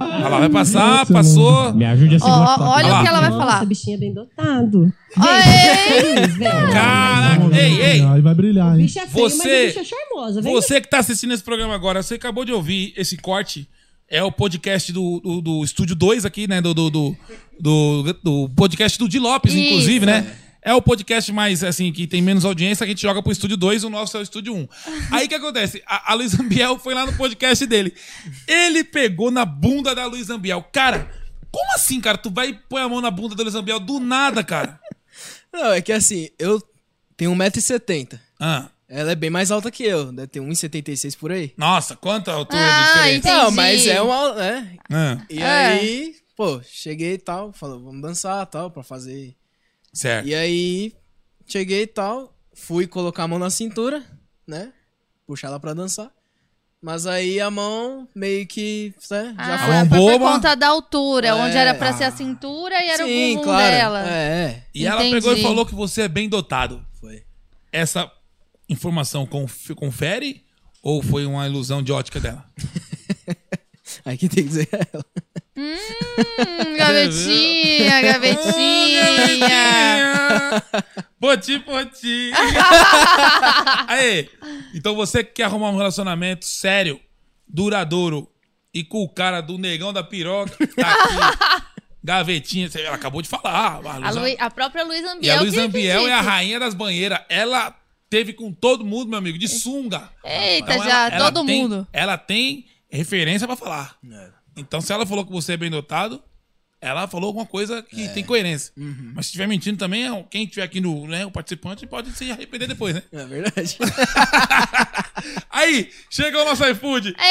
Speaker 2: Olha lá, vai passar, passou.
Speaker 10: Me ajude a
Speaker 1: Ó,
Speaker 10: segurar
Speaker 1: ó, olha o que ela vai falar.
Speaker 9: Nossa, bichinha bem dotado. é.
Speaker 1: Aê!
Speaker 9: Luiz, vem.
Speaker 2: Caraca, ei, ei.
Speaker 8: Aí vai brilhar, hein?
Speaker 9: Bicho é feio,
Speaker 2: Você-
Speaker 9: mas o bicho é charmoso. Vem no
Speaker 2: Você que tá assistindo esse programa agora, você acabou de ouvir esse corte. É o podcast do, do, do Estúdio 2 aqui, né? Do, do, do, do- do podcast do Di Lopes,
Speaker 1: Isso.
Speaker 2: inclusive, né? É o podcast mais, assim, que tem menos audiência, que a gente joga pro Estúdio 2, o nosso é o Estúdio 1. Aí o que acontece? A, a Luiz Ambiel foi lá no podcast dele. Ele pegou na bunda da Luiz Ambiel. Cara, como assim, cara? Tu vai e põe a mão na bunda da Luiz Ambiel do nada, cara.
Speaker 4: Não, é que assim, eu tenho 1,70m.
Speaker 2: Ah,
Speaker 4: Ela é bem mais alta que eu, né? um deve ter 1,76 por aí.
Speaker 2: nossa, quanta altura
Speaker 1: Ah,
Speaker 2: diferente.
Speaker 1: Entendi.
Speaker 4: Não, mas é uma. né?
Speaker 2: Ah,
Speaker 4: E
Speaker 1: É.
Speaker 4: aí, pô, cheguei e tal, falou, vamos dançar e tal, pra fazer.
Speaker 2: certo.
Speaker 4: E aí, cheguei e tal, fui colocar a mão na cintura, né? Puxar ela pra dançar. Mas aí a mão meio que. né, já
Speaker 2: Ah,
Speaker 4: foi.
Speaker 2: foi
Speaker 1: foi por
Speaker 2: boba.
Speaker 1: conta da altura,
Speaker 4: É.
Speaker 1: onde era pra ser a cintura e era o bumbum dela.
Speaker 4: É,
Speaker 2: E ela
Speaker 1: Entendi.
Speaker 2: pegou e falou que você é bem dotado.
Speaker 4: Foi.
Speaker 2: Essa informação conf- confere ou foi uma ilusão de ótica dela?
Speaker 4: é. Aí que tem que dizer a ela.
Speaker 1: Hum, gavetinha,
Speaker 2: Ah,
Speaker 1: gavetinha.
Speaker 2: Poti, poti. Aê. Então você que quer arrumar um relacionamento sério, duradouro e com o cara do negão da piroca, tá aqui. Gavetinha, você- ela acabou de falar. A,
Speaker 1: A,
Speaker 2: Luísa-
Speaker 1: Lu- a própria Luiz
Speaker 2: E a
Speaker 1: Ambiel.
Speaker 2: Luiz
Speaker 1: que- que
Speaker 2: Ambiel é a
Speaker 1: disse.
Speaker 2: rainha das banheiras. Ela teve com todo mundo, meu amigo, de
Speaker 1: É.
Speaker 2: sunga.
Speaker 1: Eita,
Speaker 2: Então, ela-
Speaker 1: já,
Speaker 2: ela
Speaker 1: todo
Speaker 2: tem-
Speaker 1: mundo.
Speaker 2: Ela tem referência pra falar.
Speaker 4: É.
Speaker 2: Então, se ela falou que você é bem dotado, ela falou alguma coisa
Speaker 4: É.
Speaker 2: que tem coerência.
Speaker 4: Uhum.
Speaker 2: Mas se estiver mentindo também, é um- quem estiver aqui no né, o participante pode se arrepender depois, né?
Speaker 4: É verdade.
Speaker 2: Aí, chegou o nosso iFood.
Speaker 1: Eita.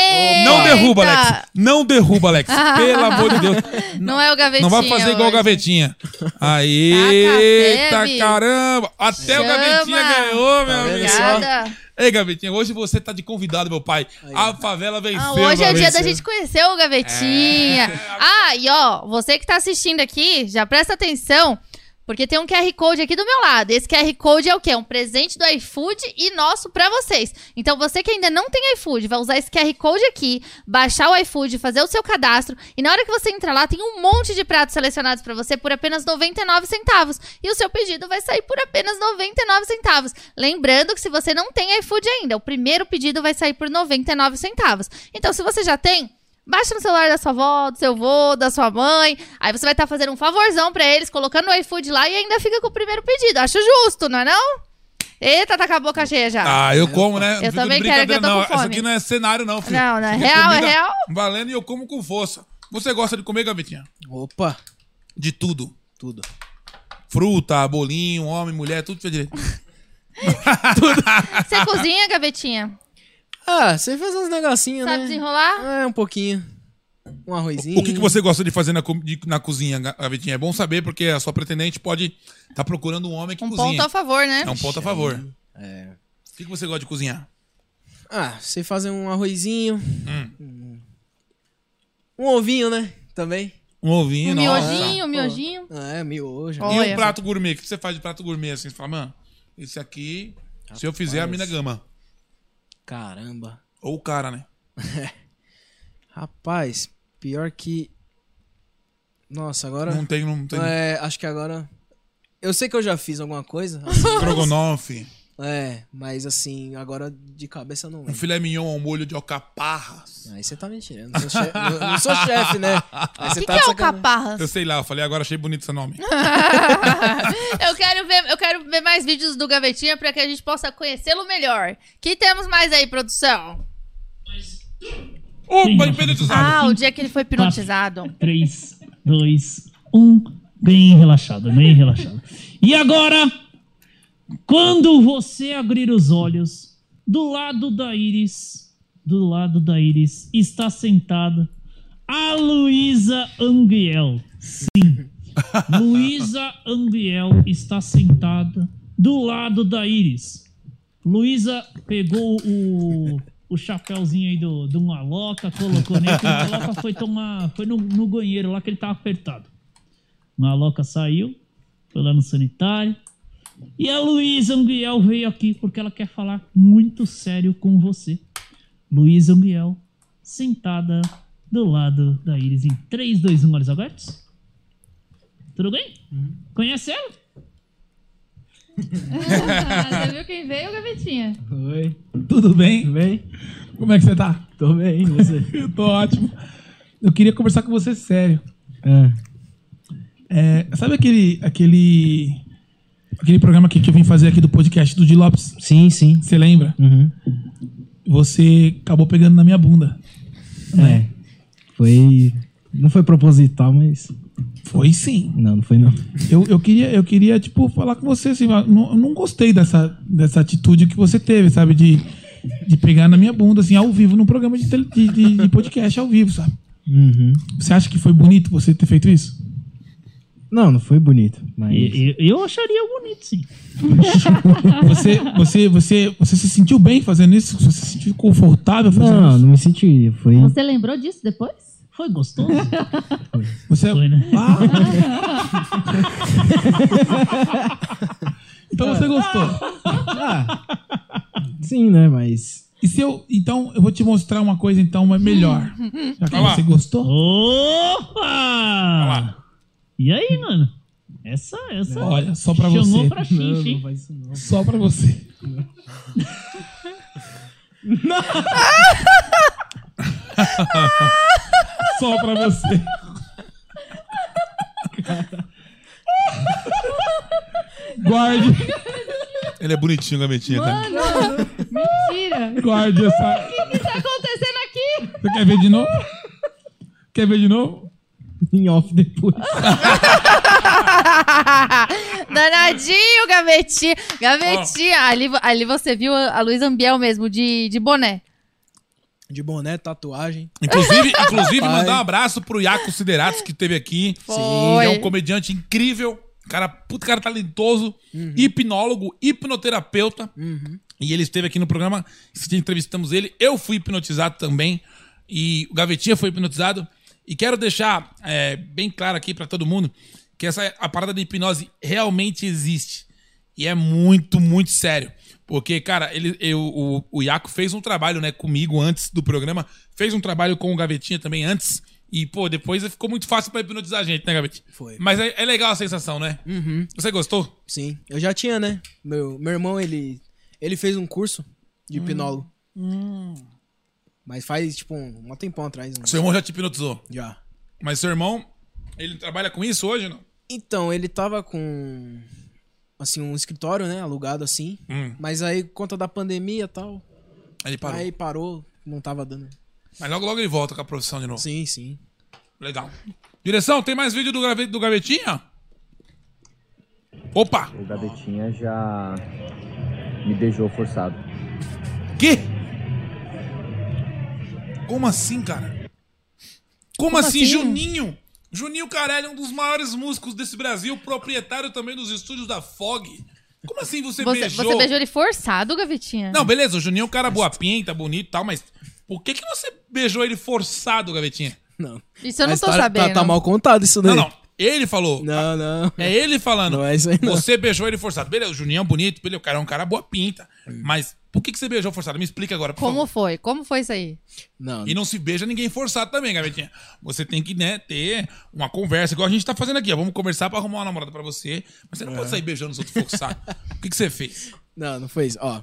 Speaker 2: Não derruba, Alex. Não derruba, Alex. Pelo amor de Deus.
Speaker 1: Não é o gavetinha.
Speaker 2: Não vai fazer igual o
Speaker 1: hoje. Tá,
Speaker 2: gavetinha. Aí,
Speaker 1: Taca,
Speaker 2: eita
Speaker 1: bebe.
Speaker 2: caramba! Até o
Speaker 1: Chama.
Speaker 2: gavetinha ganhou, meu
Speaker 4: Tá vendo
Speaker 2: amigo.
Speaker 1: Obrigada.
Speaker 2: Ei, gavetinha, hoje você tá de convidado, meu pai. a favela venceu.
Speaker 1: Ah, hoje é o dia da
Speaker 2: Gavetinha.
Speaker 1: gente conhecer o Gavetinha.
Speaker 2: É.
Speaker 1: Ah, e ó, você que tá assistindo aqui, já presta atenção, porque tem um QR Code aqui do meu lado. Esse QR Code é o quê? Um presente do iFood e nosso pra vocês. Então você que ainda não tem iFood, vai usar esse QR Code aqui, baixar o iFood, fazer o seu cadastro, e na hora que você entrar lá, tem um monte de pratos selecionados pra você por apenas 99 centavos. E o seu pedido vai sair por apenas 99 centavos. Lembrando que se você não tem iFood ainda, o primeiro pedido vai sair por 99 centavos. Então, se você já tem, baixa no celular da sua avó, do seu avô, da sua mãe. Aí você vai estar fazendo um favorzão pra eles, colocando o iFood lá e ainda fica com o primeiro pedido. Acho justo, não é não? Eita, tá com a boca cheia já.
Speaker 2: Ah, eu como, né? Não
Speaker 1: Eu
Speaker 2: fico
Speaker 1: também
Speaker 2: de
Speaker 1: quero, que
Speaker 2: brincadeira,
Speaker 1: eu tô com
Speaker 2: não.
Speaker 1: fome.
Speaker 2: Isso aqui não é cenário, não, filho.
Speaker 1: Não, não. É
Speaker 2: Isso aqui
Speaker 1: real, é
Speaker 2: comida
Speaker 1: real.
Speaker 2: Valendo e eu como com força. Você gosta de comer, gavetinha?
Speaker 4: Opa,
Speaker 2: De tudo.
Speaker 4: tudo.
Speaker 2: Fruta, bolinho, homem, mulher, tudo que você direito. Ah.
Speaker 1: Você cozinha, gavetinha?
Speaker 4: Ah, você fez uns negocinhos,
Speaker 1: Sabe
Speaker 4: né?
Speaker 1: desenrolar?
Speaker 4: É, um pouquinho. Um arrozinho.
Speaker 2: O que, que você gosta de fazer na, co- de- na cozinha, Ga- gavetinha? É bom saber, porque a sua pretendente pode estar procurando um homem que
Speaker 1: Um
Speaker 2: cozinha.
Speaker 1: ponto a favor, né?
Speaker 2: É um ponto a favor. O que, que você gosta de cozinhar?
Speaker 4: Ah, você fazer um arrozinho.
Speaker 2: Hum.
Speaker 4: Um ovinho, né? Também.
Speaker 2: Um ovinho,
Speaker 1: Um
Speaker 2: nossa.
Speaker 1: miojinho, um miojinho.
Speaker 4: Ah, é, miojo.
Speaker 1: Ó.
Speaker 2: E
Speaker 1: Olha.
Speaker 2: um prato gourmet? O que você faz de prato gourmet assim? Você fala, mano, esse aqui, se eu fizer, a mina gama.
Speaker 4: Caramba.
Speaker 2: Ou o cara, né?
Speaker 4: Rapaz, pior que. Nossa, agora.
Speaker 2: Não tem, não tem.
Speaker 4: É, acho que agora. Eu sei que eu já fiz alguma coisa. assim,
Speaker 2: Strogonoff,
Speaker 4: é, mas assim, agora de cabeça eu não
Speaker 2: um
Speaker 4: lembro.
Speaker 2: filé mignon ao molho de alcaparra.
Speaker 4: Aí você tá mentindo. Eu não sou chefe, eu não sou chefe, né? Aí
Speaker 1: O
Speaker 4: você
Speaker 1: que,
Speaker 4: tá
Speaker 1: que é o
Speaker 4: sacanagem.
Speaker 1: caparras?
Speaker 2: Eu sei lá, eu falei agora, achei bonito esse nome.
Speaker 1: Eu quero ver, eu quero ver mais vídeos do Gavetinha pra que a gente possa conhecê-lo melhor. Que temos mais aí, produção?
Speaker 2: Opa, hipnotizado.
Speaker 1: Ah, o dia que ele
Speaker 2: Tá.
Speaker 1: foi hipnotizado.
Speaker 6: 3, 2, 1. Bem relaxado, bem relaxado. E agora, quando você abrir os olhos, do lado da Iris, do lado da Iris, está sentada a Luísa Anguiel. Sim, Luísa Anguiel está sentada do lado da Iris. Luísa pegou o, o chapéuzinho aí do, do Maloca, colocou nele. que O Maloca foi tomar. Foi no, no banheiro lá que ele tava apertado. O Maloca saiu, foi lá no sanitário. E a Luísa Anguiel veio aqui porque ela quer falar muito sério com você. Luísa Anguiel, sentada do lado da Iris em 3, 2, 1, olhos abertos. Tudo bem? Conhece ela?
Speaker 12: Ah, Você viu quem veio, gavetinha?
Speaker 6: Tudo bem?
Speaker 10: Como é que você tá?
Speaker 6: Tô bem, você?
Speaker 10: Eu tô ótimo.
Speaker 11: Eu queria conversar com você sério. É, sabe aquele, aquele, aquele programa que, que eu vim fazer aqui do podcast do Di Lopes?
Speaker 6: Sim, sim.
Speaker 11: Você lembra? Você acabou pegando na minha bunda.
Speaker 13: É. Foi. Não foi proposital, mas.
Speaker 11: Foi sim.
Speaker 13: Não, não foi não.
Speaker 11: Eu, eu, queria, eu queria, tipo, falar com você, assim, eu não, eu não gostei dessa, dessa atitude que você teve, sabe? De, de pegar na minha bunda, assim, ao vivo, num programa de, tele- de, de- de podcast ao vivo, sabe?
Speaker 6: Uhum.
Speaker 11: Você acha que foi bonito você ter feito isso?
Speaker 13: Não, não foi bonito. Mas...
Speaker 6: E- e- Eu acharia bonito, sim.
Speaker 11: Você, você, você, você se sentiu bem fazendo isso? Você se sentiu confortável fazendo
Speaker 13: Não,
Speaker 11: isso?
Speaker 13: não me senti. Foi.
Speaker 14: Você lembrou disso depois?
Speaker 6: Foi gostoso.
Speaker 11: Você Ah!
Speaker 6: foi, né?
Speaker 11: Então você gostou.
Speaker 13: Sim, né? Mas.
Speaker 11: E se eu. Então, eu vou te mostrar uma coisa, então, mas melhor. Já que
Speaker 6: Olha lá.
Speaker 11: você gostou?
Speaker 6: Opa! E aí, mano? Essa, essa.
Speaker 11: Olha, só pra
Speaker 6: chamou
Speaker 11: você.
Speaker 6: pra xixi. hein?
Speaker 11: Só pra você. Só pra você. Guarde.
Speaker 2: Ele é bonitinho, gavetinha. Tá?
Speaker 12: Mano, mentira.
Speaker 11: Guarde essa-
Speaker 12: O que que tá acontecendo aqui?
Speaker 11: Você quer ver de novo? Quer ver de novo?
Speaker 13: Em off depois.
Speaker 1: Danadinho, Gavetinha. Gavetinha, ali, vo- ali você viu a a Luísa Ambiel mesmo, de, de boné.
Speaker 4: De boné, tatuagem.
Speaker 2: Inclusive, inclusive
Speaker 4: Rapaz.
Speaker 2: mandar um abraço pro Iaco Sideratos que teve aqui.
Speaker 4: Foi.
Speaker 2: Ele é um comediante incrível. Cara, puto cara talentoso, hipnólogo, hipnoterapeuta. E ele esteve aqui no programa, esse dia entrevistamos ele. Eu fui hipnotizado também. E o Gavetinha foi hipnotizado. E quero deixar é, bem claro aqui pra todo mundo que essa a parada da hipnose realmente existe. E é muito, muito sério. Porque, cara, ele, eu, o, o Iaco fez um trabalho, né, comigo antes do programa. Fez um trabalho com o Gavetinha também antes. E, pô, depois ficou muito fácil pra hipnotizar a gente, né, Gavetinha? Foi. Mas é, é legal a sensação, né?
Speaker 4: Uhum.
Speaker 2: Você gostou?
Speaker 4: Sim. Eu já tinha, né? Meu, meu irmão, ele, ele fez um curso de hipnólogo.
Speaker 1: Hum.
Speaker 4: Mas faz, tipo, um, um tempão atrás. né?
Speaker 2: Seu irmão já te hipnotizou?
Speaker 4: Já.
Speaker 2: Mas seu irmão, ele trabalha com isso hoje ou não?
Speaker 4: Então, ele tava com, assim, um escritório, né? Alugado, assim.
Speaker 2: Hum.
Speaker 4: Mas aí, por conta da pandemia e tal...
Speaker 2: Ele parou.
Speaker 4: Aí parou, não tava dando.
Speaker 2: Mas logo, logo ele volta com a profissão de novo.
Speaker 4: Sim, sim.
Speaker 2: Legal. Direção, tem mais vídeo do, grave, do Gavetinha? Opa!
Speaker 15: O gavetinha já me beijou forçado.
Speaker 2: Quê? Como assim, cara? Como,
Speaker 15: Como
Speaker 2: assim,
Speaker 15: assim?
Speaker 2: Juninho? Juninho Carelli, um dos maiores músicos desse Brasil, proprietário também dos estúdios da Fog. Como assim você,
Speaker 1: Você, você
Speaker 2: beijou?
Speaker 1: beijou. ele forçado, Gavetinha?
Speaker 2: Não, beleza, o Juninho é um cara boa pinta, bonito e tal, mas por que, que você beijou ele forçado, Gavetinha?
Speaker 4: Não.
Speaker 1: Isso eu não
Speaker 4: Mas
Speaker 1: tô
Speaker 4: tá,
Speaker 1: sabendo.
Speaker 4: Tá, tá mal contado isso daí.
Speaker 2: Não, não. Ele falou.
Speaker 4: Não, não.
Speaker 2: É ele falando.
Speaker 4: Não é isso aí, não.
Speaker 2: Você beijou ele forçado. Beleza, o Juninho é bonito, beleza, o cara é um cara boa pinta. Mas por que, que você beijou forçado? Me explica agora, por
Speaker 1: Como foi? Como foi isso aí?
Speaker 4: Não.
Speaker 2: E não se beija ninguém forçado também, gavetinha. Você tem que, né, ter uma conversa, igual a gente tá fazendo aqui. ó. Vamos conversar pra arrumar uma namorada pra você. Mas você não
Speaker 4: É.
Speaker 2: pode sair beijando os outros forçados. o que, que você fez?
Speaker 4: Não, não foi isso. Ó.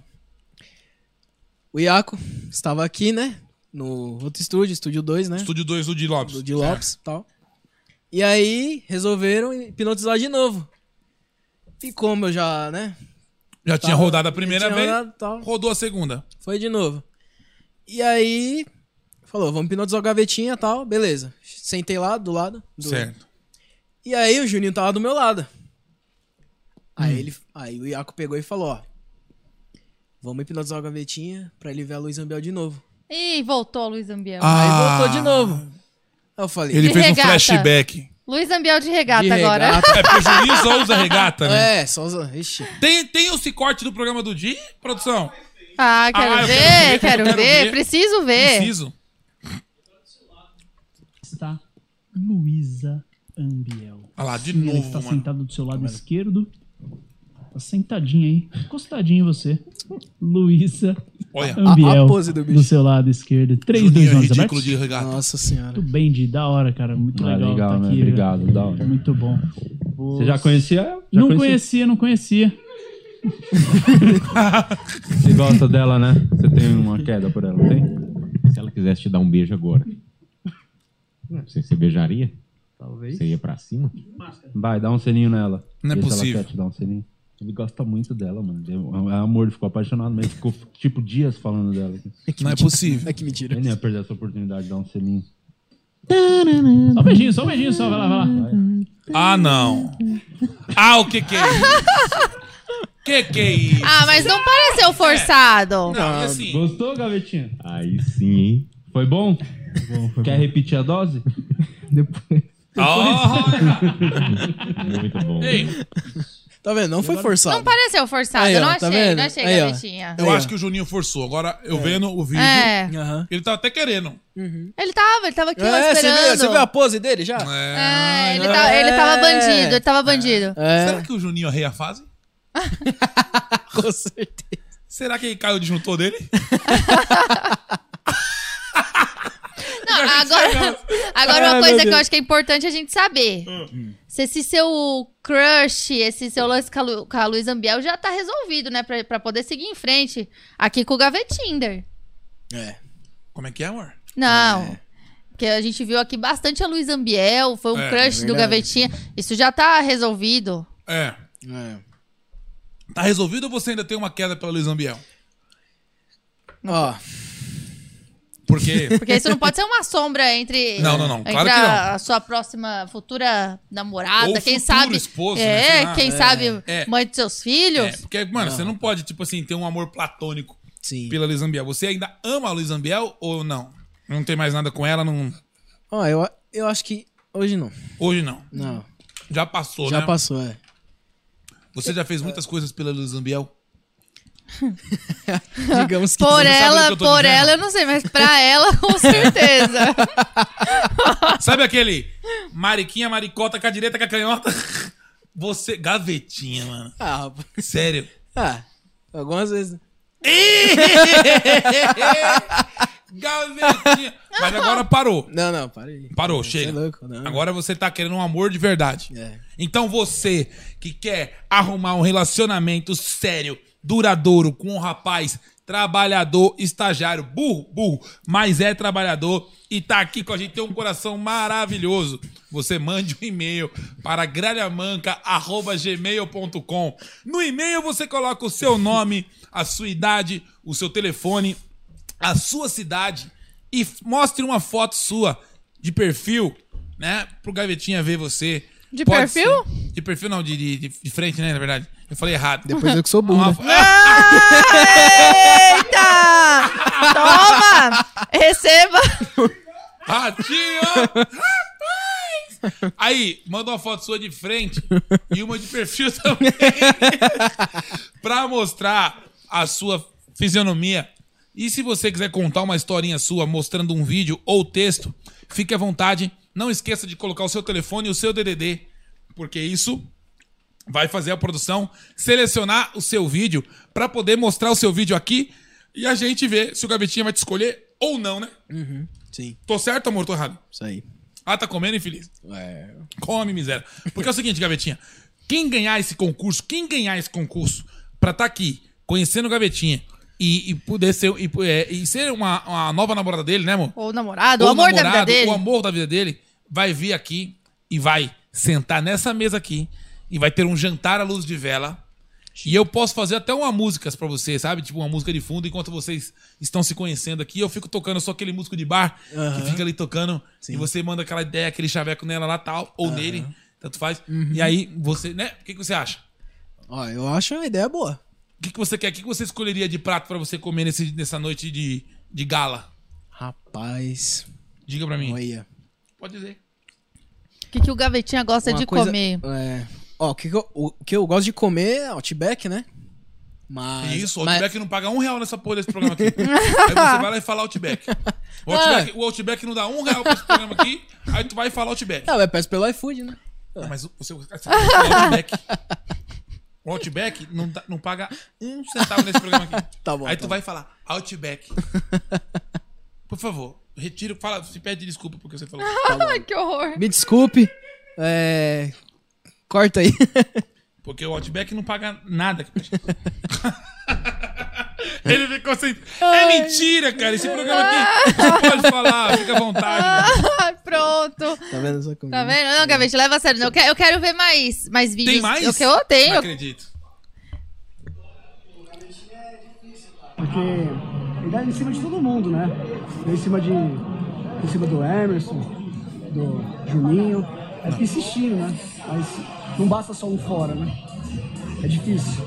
Speaker 4: O Iaco estava aqui, né? No outro estúdio, estúdio 2, né?
Speaker 2: Estúdio é. 2 do Di Lopes.
Speaker 4: Do Di Lopes e tal. E aí resolveram hipnotizar de novo. E como eu já, né?
Speaker 2: Já tinha
Speaker 4: Tava-
Speaker 2: rodado a primeira
Speaker 4: já tinha
Speaker 2: vez,
Speaker 4: rodado e tal.
Speaker 2: rodou a segunda.
Speaker 4: Foi de novo. E aí falou, vamos hipnotizar o gavetinha e tal. Beleza. Sentei lá do lado. Do...
Speaker 2: Certo.
Speaker 4: E aí o Juninho tava do meu lado. Aí ele, aí o Iaco pegou e falou, ó. Vamos hipnotizar o gavetinha pra ele ver a Luiz Ambiel de novo.
Speaker 1: Ih, voltou a Luiz Ambiel.
Speaker 4: Ah. Aí voltou de novo. Aí eu falei.
Speaker 2: Ah. Ele
Speaker 1: De
Speaker 2: fez
Speaker 1: regata.
Speaker 2: um flashback.
Speaker 1: Luiz Ambiel de regata
Speaker 4: De
Speaker 1: agora.
Speaker 4: regata.
Speaker 2: É, porque o Juninho só usa regata, né?
Speaker 4: É, só usa. Ixi.
Speaker 2: Tem, tem esse corte do programa do Di, produção?
Speaker 1: Ah, quero
Speaker 2: Ah, eu
Speaker 1: ver, quero ver,
Speaker 2: ver.
Speaker 1: preciso ver.
Speaker 2: Preciso.
Speaker 6: Está Luísa Ambiel.
Speaker 2: Olha lá, de
Speaker 6: Ela
Speaker 2: novo,
Speaker 6: está
Speaker 2: mano.
Speaker 6: sentada tá do seu lado esquerdo. Tá sentadinha aí. Encostadinha em você.
Speaker 13: é
Speaker 6: Luísa
Speaker 2: Olha, a-
Speaker 6: Ambiel.
Speaker 2: a pose
Speaker 6: do, seu lado esquerdo. 3,
Speaker 2: Juninho
Speaker 6: 2,
Speaker 2: é
Speaker 6: 1,
Speaker 2: ridículo de regata.
Speaker 4: Nossa senhora.
Speaker 6: Muito bem, Di. Da hora, cara. Muito
Speaker 15: Ah,
Speaker 6: legal.
Speaker 15: legal,
Speaker 6: tá
Speaker 15: né?
Speaker 6: aqui,
Speaker 15: Obrigado,
Speaker 6: velho.
Speaker 15: da hora.
Speaker 6: Muito bom.
Speaker 15: Você já conhecia ela? Já
Speaker 6: não
Speaker 15: conhecia?
Speaker 6: conhecia, não conhecia.
Speaker 15: Você gosta dela, né? Você tem uma queda por ela, não tem? Se ela quisesse te dar um beijo agora.
Speaker 16: Você, você beijaria?
Speaker 13: Talvez.
Speaker 16: Você ia pra cima?
Speaker 5: Vai, dá um selinho nela.
Speaker 16: Não é
Speaker 5: Vê se
Speaker 16: possível.
Speaker 5: Ela quer te dar um selinho. Ele gosta muito dela, mano. Deu- É amor, ele ficou apaixonado, mas ficou tipo dias falando dela.
Speaker 2: Não é mentira. possível.
Speaker 5: É que mentira. Ele não ia perder essa oportunidade de dar um selinho.
Speaker 6: Só um beijinho, só um beijinho, só. Vai lá, vai lá.
Speaker 2: Ah, não. Ah, o que que é isso? que que é isso? assim,
Speaker 1: Ah, mas não pareceu forçado.
Speaker 5: Gostou, gavetinha? Aí sim, hein? Foi bom? Quer repetir a dose? Depois.
Speaker 16: Muito bom.
Speaker 2: Ei,
Speaker 4: Tá vendo? Não foi forçado.
Speaker 1: Não pareceu forçado,
Speaker 4: Aí, ó,
Speaker 1: eu não
Speaker 4: tá
Speaker 1: achei,
Speaker 4: vendo?
Speaker 1: não achei,
Speaker 4: Aí, ó.
Speaker 1: garotinha.
Speaker 6: É.
Speaker 2: eu acho que o Juninho forçou. Agora, eu vendo o vídeo,
Speaker 1: É.
Speaker 2: ele tá até querendo.
Speaker 1: Ele tava, ele tava aqui lá
Speaker 4: É, você
Speaker 1: esperando.
Speaker 4: viu, você viu a pose dele já?
Speaker 2: Ah,
Speaker 1: É, ele, tá- ele tava
Speaker 2: É.
Speaker 1: bandido, ele tava bandido.
Speaker 6: É.
Speaker 2: Será que o Juninho arreia a fase?
Speaker 4: É. Com certeza.
Speaker 2: Será que ele caiu o disjuntor dele?
Speaker 1: Não, agora, agora
Speaker 2: Ai,
Speaker 1: uma
Speaker 2: Ah, meu
Speaker 1: coisa que eu
Speaker 2: Deus. Hum.
Speaker 1: acho que é importante a gente saber. Se esse seu crush, esse seu lance com a, Lu, com a Luísa Ambiel já tá resolvido, né? Pra, pra poder seguir em frente aqui com o Gavetinder.
Speaker 4: É.
Speaker 2: Como é que é, amor?
Speaker 1: Não.
Speaker 2: É.
Speaker 1: Porque a gente viu aqui bastante a Luísa Ambiel, foi um
Speaker 2: É,
Speaker 1: crush
Speaker 2: é
Speaker 1: do
Speaker 2: verdade.
Speaker 1: Gavetinha. Isso já tá resolvido.
Speaker 2: É. Tá resolvido ou você ainda tem uma queda pela Luiz Ambiel?
Speaker 4: Ó.
Speaker 2: Porque.
Speaker 1: Porque isso não pode ser uma sombra entre,
Speaker 2: Não, não, não,
Speaker 1: entre
Speaker 2: claro que
Speaker 1: a,
Speaker 2: não.
Speaker 1: a sua próxima futura namorada,
Speaker 2: Ou
Speaker 1: quem
Speaker 2: futuro
Speaker 1: sabe.
Speaker 2: esposo, né,
Speaker 1: é,
Speaker 2: sei lá.
Speaker 1: quem
Speaker 2: É.
Speaker 1: sabe
Speaker 2: É.
Speaker 1: mãe de seus filhos.
Speaker 2: É, porque, mano, você não pode, tipo assim, ter um amor platônico pela Luiz Ambiel. Você ainda ama a Luiz Ambiel ou não? Não tem mais nada com ela, não.
Speaker 4: Ó, eu, eu acho que hoje não.
Speaker 2: Hoje não.
Speaker 4: Não.
Speaker 2: Já passou,
Speaker 4: já
Speaker 2: né?
Speaker 4: passou, é.
Speaker 2: Você já fez muitas coisas pela Luiz Ambiel?
Speaker 4: Digamos que
Speaker 1: por
Speaker 2: Você sabe do que
Speaker 1: ela,
Speaker 2: eu tô
Speaker 1: por
Speaker 2: dizendo?
Speaker 1: ela eu não sei, mas pra ela com certeza.
Speaker 2: Sabe aquele mariquinha, maricota, com a direita, com a canhota? Você, gavetinha, mano.
Speaker 4: Ah, rapaz.
Speaker 2: Sério.
Speaker 4: Ah, algumas vezes.
Speaker 2: gavetinha. Mas agora parou.
Speaker 4: Não, não, para aí. é
Speaker 2: Parou, chega. Agora você tá querendo um amor de verdade. Então você que quer arrumar um relacionamento sério, duradouro, com um rapaz trabalhador, estagiário, burro, burro, mas é trabalhador e tá aqui com a gente, tem um coração maravilhoso. Você mande um e-mail para gralhamanca.gmail.com. No e-mail você coloca o seu nome, a sua idade, o seu telefone, a sua cidade e f- mostre uma foto sua de perfil, né? Pro Gavetinha ver você.
Speaker 1: De
Speaker 2: ser-
Speaker 1: perfil?
Speaker 2: De perfil não, de, de, de frente, né? Na verdade. Eu falei errado. É,
Speaker 4: Depois eu que sou burro. né?
Speaker 2: Ah,
Speaker 1: Eita! Toma! Receba!
Speaker 2: Ratinho! Rapaz! Aí, manda uma foto sua de frente e uma de perfil também. pra mostrar a sua fisionomia. E se você quiser contar uma historinha sua mostrando um vídeo ou texto, fique à vontade. Não esqueça de colocar o seu telefone e o seu DDD, porque isso vai fazer a produção selecionar o seu vídeo pra poder mostrar o seu vídeo aqui e a gente ver se o gavetinha vai te escolher ou não, né?
Speaker 4: Uhum, sim.
Speaker 2: Tô certo, amor? Tô errado?
Speaker 4: Isso aí.
Speaker 2: Ah, tá comendo, infeliz? É. Come, miséria. Porque é o seguinte, Gavetinha. Quem ganhar esse concurso, quem ganhar esse concurso pra estar aqui, conhecendo o Gavetinha e, e poder ser, e, é, e ser uma, uma nova namorada dele, né, amor?
Speaker 1: Ou namorado, o
Speaker 2: Ou
Speaker 1: amor da vida
Speaker 2: namorado,
Speaker 1: dele.
Speaker 2: O amor da vida dele vai vir aqui e vai sentar nessa mesa aqui e vai ter um jantar à luz de vela. E eu posso fazer até uma música pra você, sabe? Tipo uma música de fundo enquanto vocês estão se conhecendo aqui. Eu fico tocando, eu sou aquele músico de bar
Speaker 4: Aham.
Speaker 2: que fica ali tocando e você manda aquela ideia, aquele chaveco nela lá tal, ou nele, tanto faz. E aí você, né? O que, que você acha?
Speaker 4: Ó, eu acho uma ideia boa.
Speaker 2: O que, que você quer? O que, que você escolheria de prato pra você comer nesse, nessa noite de, de gala?
Speaker 4: Rapaz.
Speaker 2: Diga pra mim.
Speaker 4: Olha.
Speaker 2: Pode dizer.
Speaker 1: O que, que o gavetinha gosta
Speaker 4: Uma
Speaker 1: de
Speaker 4: coisa-
Speaker 1: comer?
Speaker 4: É. Ó, o que, que eu, o que eu gosto de comer é Outback, né? Mas.
Speaker 2: Isso, o
Speaker 4: mas-
Speaker 2: Outback não paga um real nessa porra desse programa aqui. aí você vai lá e fala Outback. O Outback, o Outback não dá um real pra esse programa aqui, aí tu vai falar Outback.
Speaker 4: Não, Ah, mas peço pelo iFood, né?
Speaker 2: Não, mas o- você, você o Outback. O Outback não, dá- não paga um centavo nesse programa aqui.
Speaker 4: Tá bom,
Speaker 2: Aí
Speaker 4: tá
Speaker 2: tu
Speaker 4: bom.
Speaker 2: vai falar Outback. Por favor, retira, fala, se pede desculpa porque você falou.
Speaker 1: Ai, que horror.
Speaker 4: Me desculpe. É. Corta aí. Tá
Speaker 2: Porque o Outback não paga nada aqui pra gente. Ele ficou sem. É mentira, cara. Esse programa aqui. Você pode falar, fica à vontade.
Speaker 1: Ah, Pronto.
Speaker 4: Tá vendo só comigo?
Speaker 1: Tá vendo? Não, Gavete, leva a sério. Não, eu, quero, eu quero ver mais, mais vídeos.
Speaker 2: Tem mais?
Speaker 1: Eu, é que- eu tenho.
Speaker 2: Não acredito.
Speaker 17: Porque ele dá em cima de todo mundo, né? Deu em cima de. Em cima do Emerson, do Juninho. É que insistiram, né? Mas não basta só um fora, né? É difícil.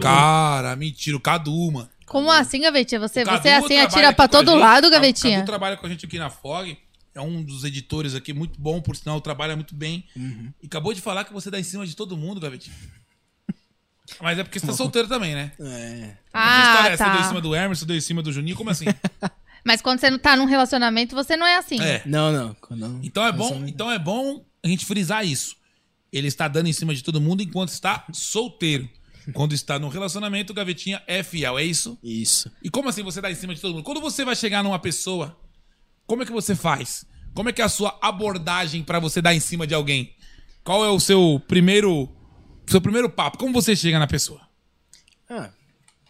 Speaker 2: Cara, mentira. O Cadu, mano.
Speaker 1: Como assim, Gavetinha? Você,
Speaker 2: Uhum. O Cadu
Speaker 1: você é assim,
Speaker 2: trabalha
Speaker 1: atira
Speaker 2: aqui
Speaker 1: pra
Speaker 2: com a
Speaker 1: todo
Speaker 2: gente.
Speaker 1: lado,
Speaker 2: O
Speaker 1: Gavetinha?
Speaker 2: Cadu trabalha com a gente aqui na FOG. É um dos editores aqui, muito bom, por sinal, trabalha muito bem.
Speaker 1: Uhum.
Speaker 2: E acabou de falar que você dá em cima de todo mundo, Gavetinha. Mas é porque você tá solteiro também, né?
Speaker 4: É.
Speaker 1: Ah, tá.
Speaker 2: Você deu em cima do Hermes, você deu em cima do Juninho, como assim?
Speaker 1: Mas quando você não tá num relacionamento, você não é assim.
Speaker 2: É.
Speaker 4: Não, não. Quando-
Speaker 2: Então é bom, então é bom a gente frisar isso. Ele está dando em cima de todo mundo enquanto está solteiro. Quando está num relacionamento, o gavetinha é fiel, é isso?
Speaker 4: Isso.
Speaker 2: E como assim você dá em cima de todo mundo? Quando você vai chegar numa pessoa, como é que você faz? Como é que é a sua abordagem para você dar em cima de alguém? Qual é o seu primeiro seu primeiro papo? Como você chega na pessoa?
Speaker 4: Ah,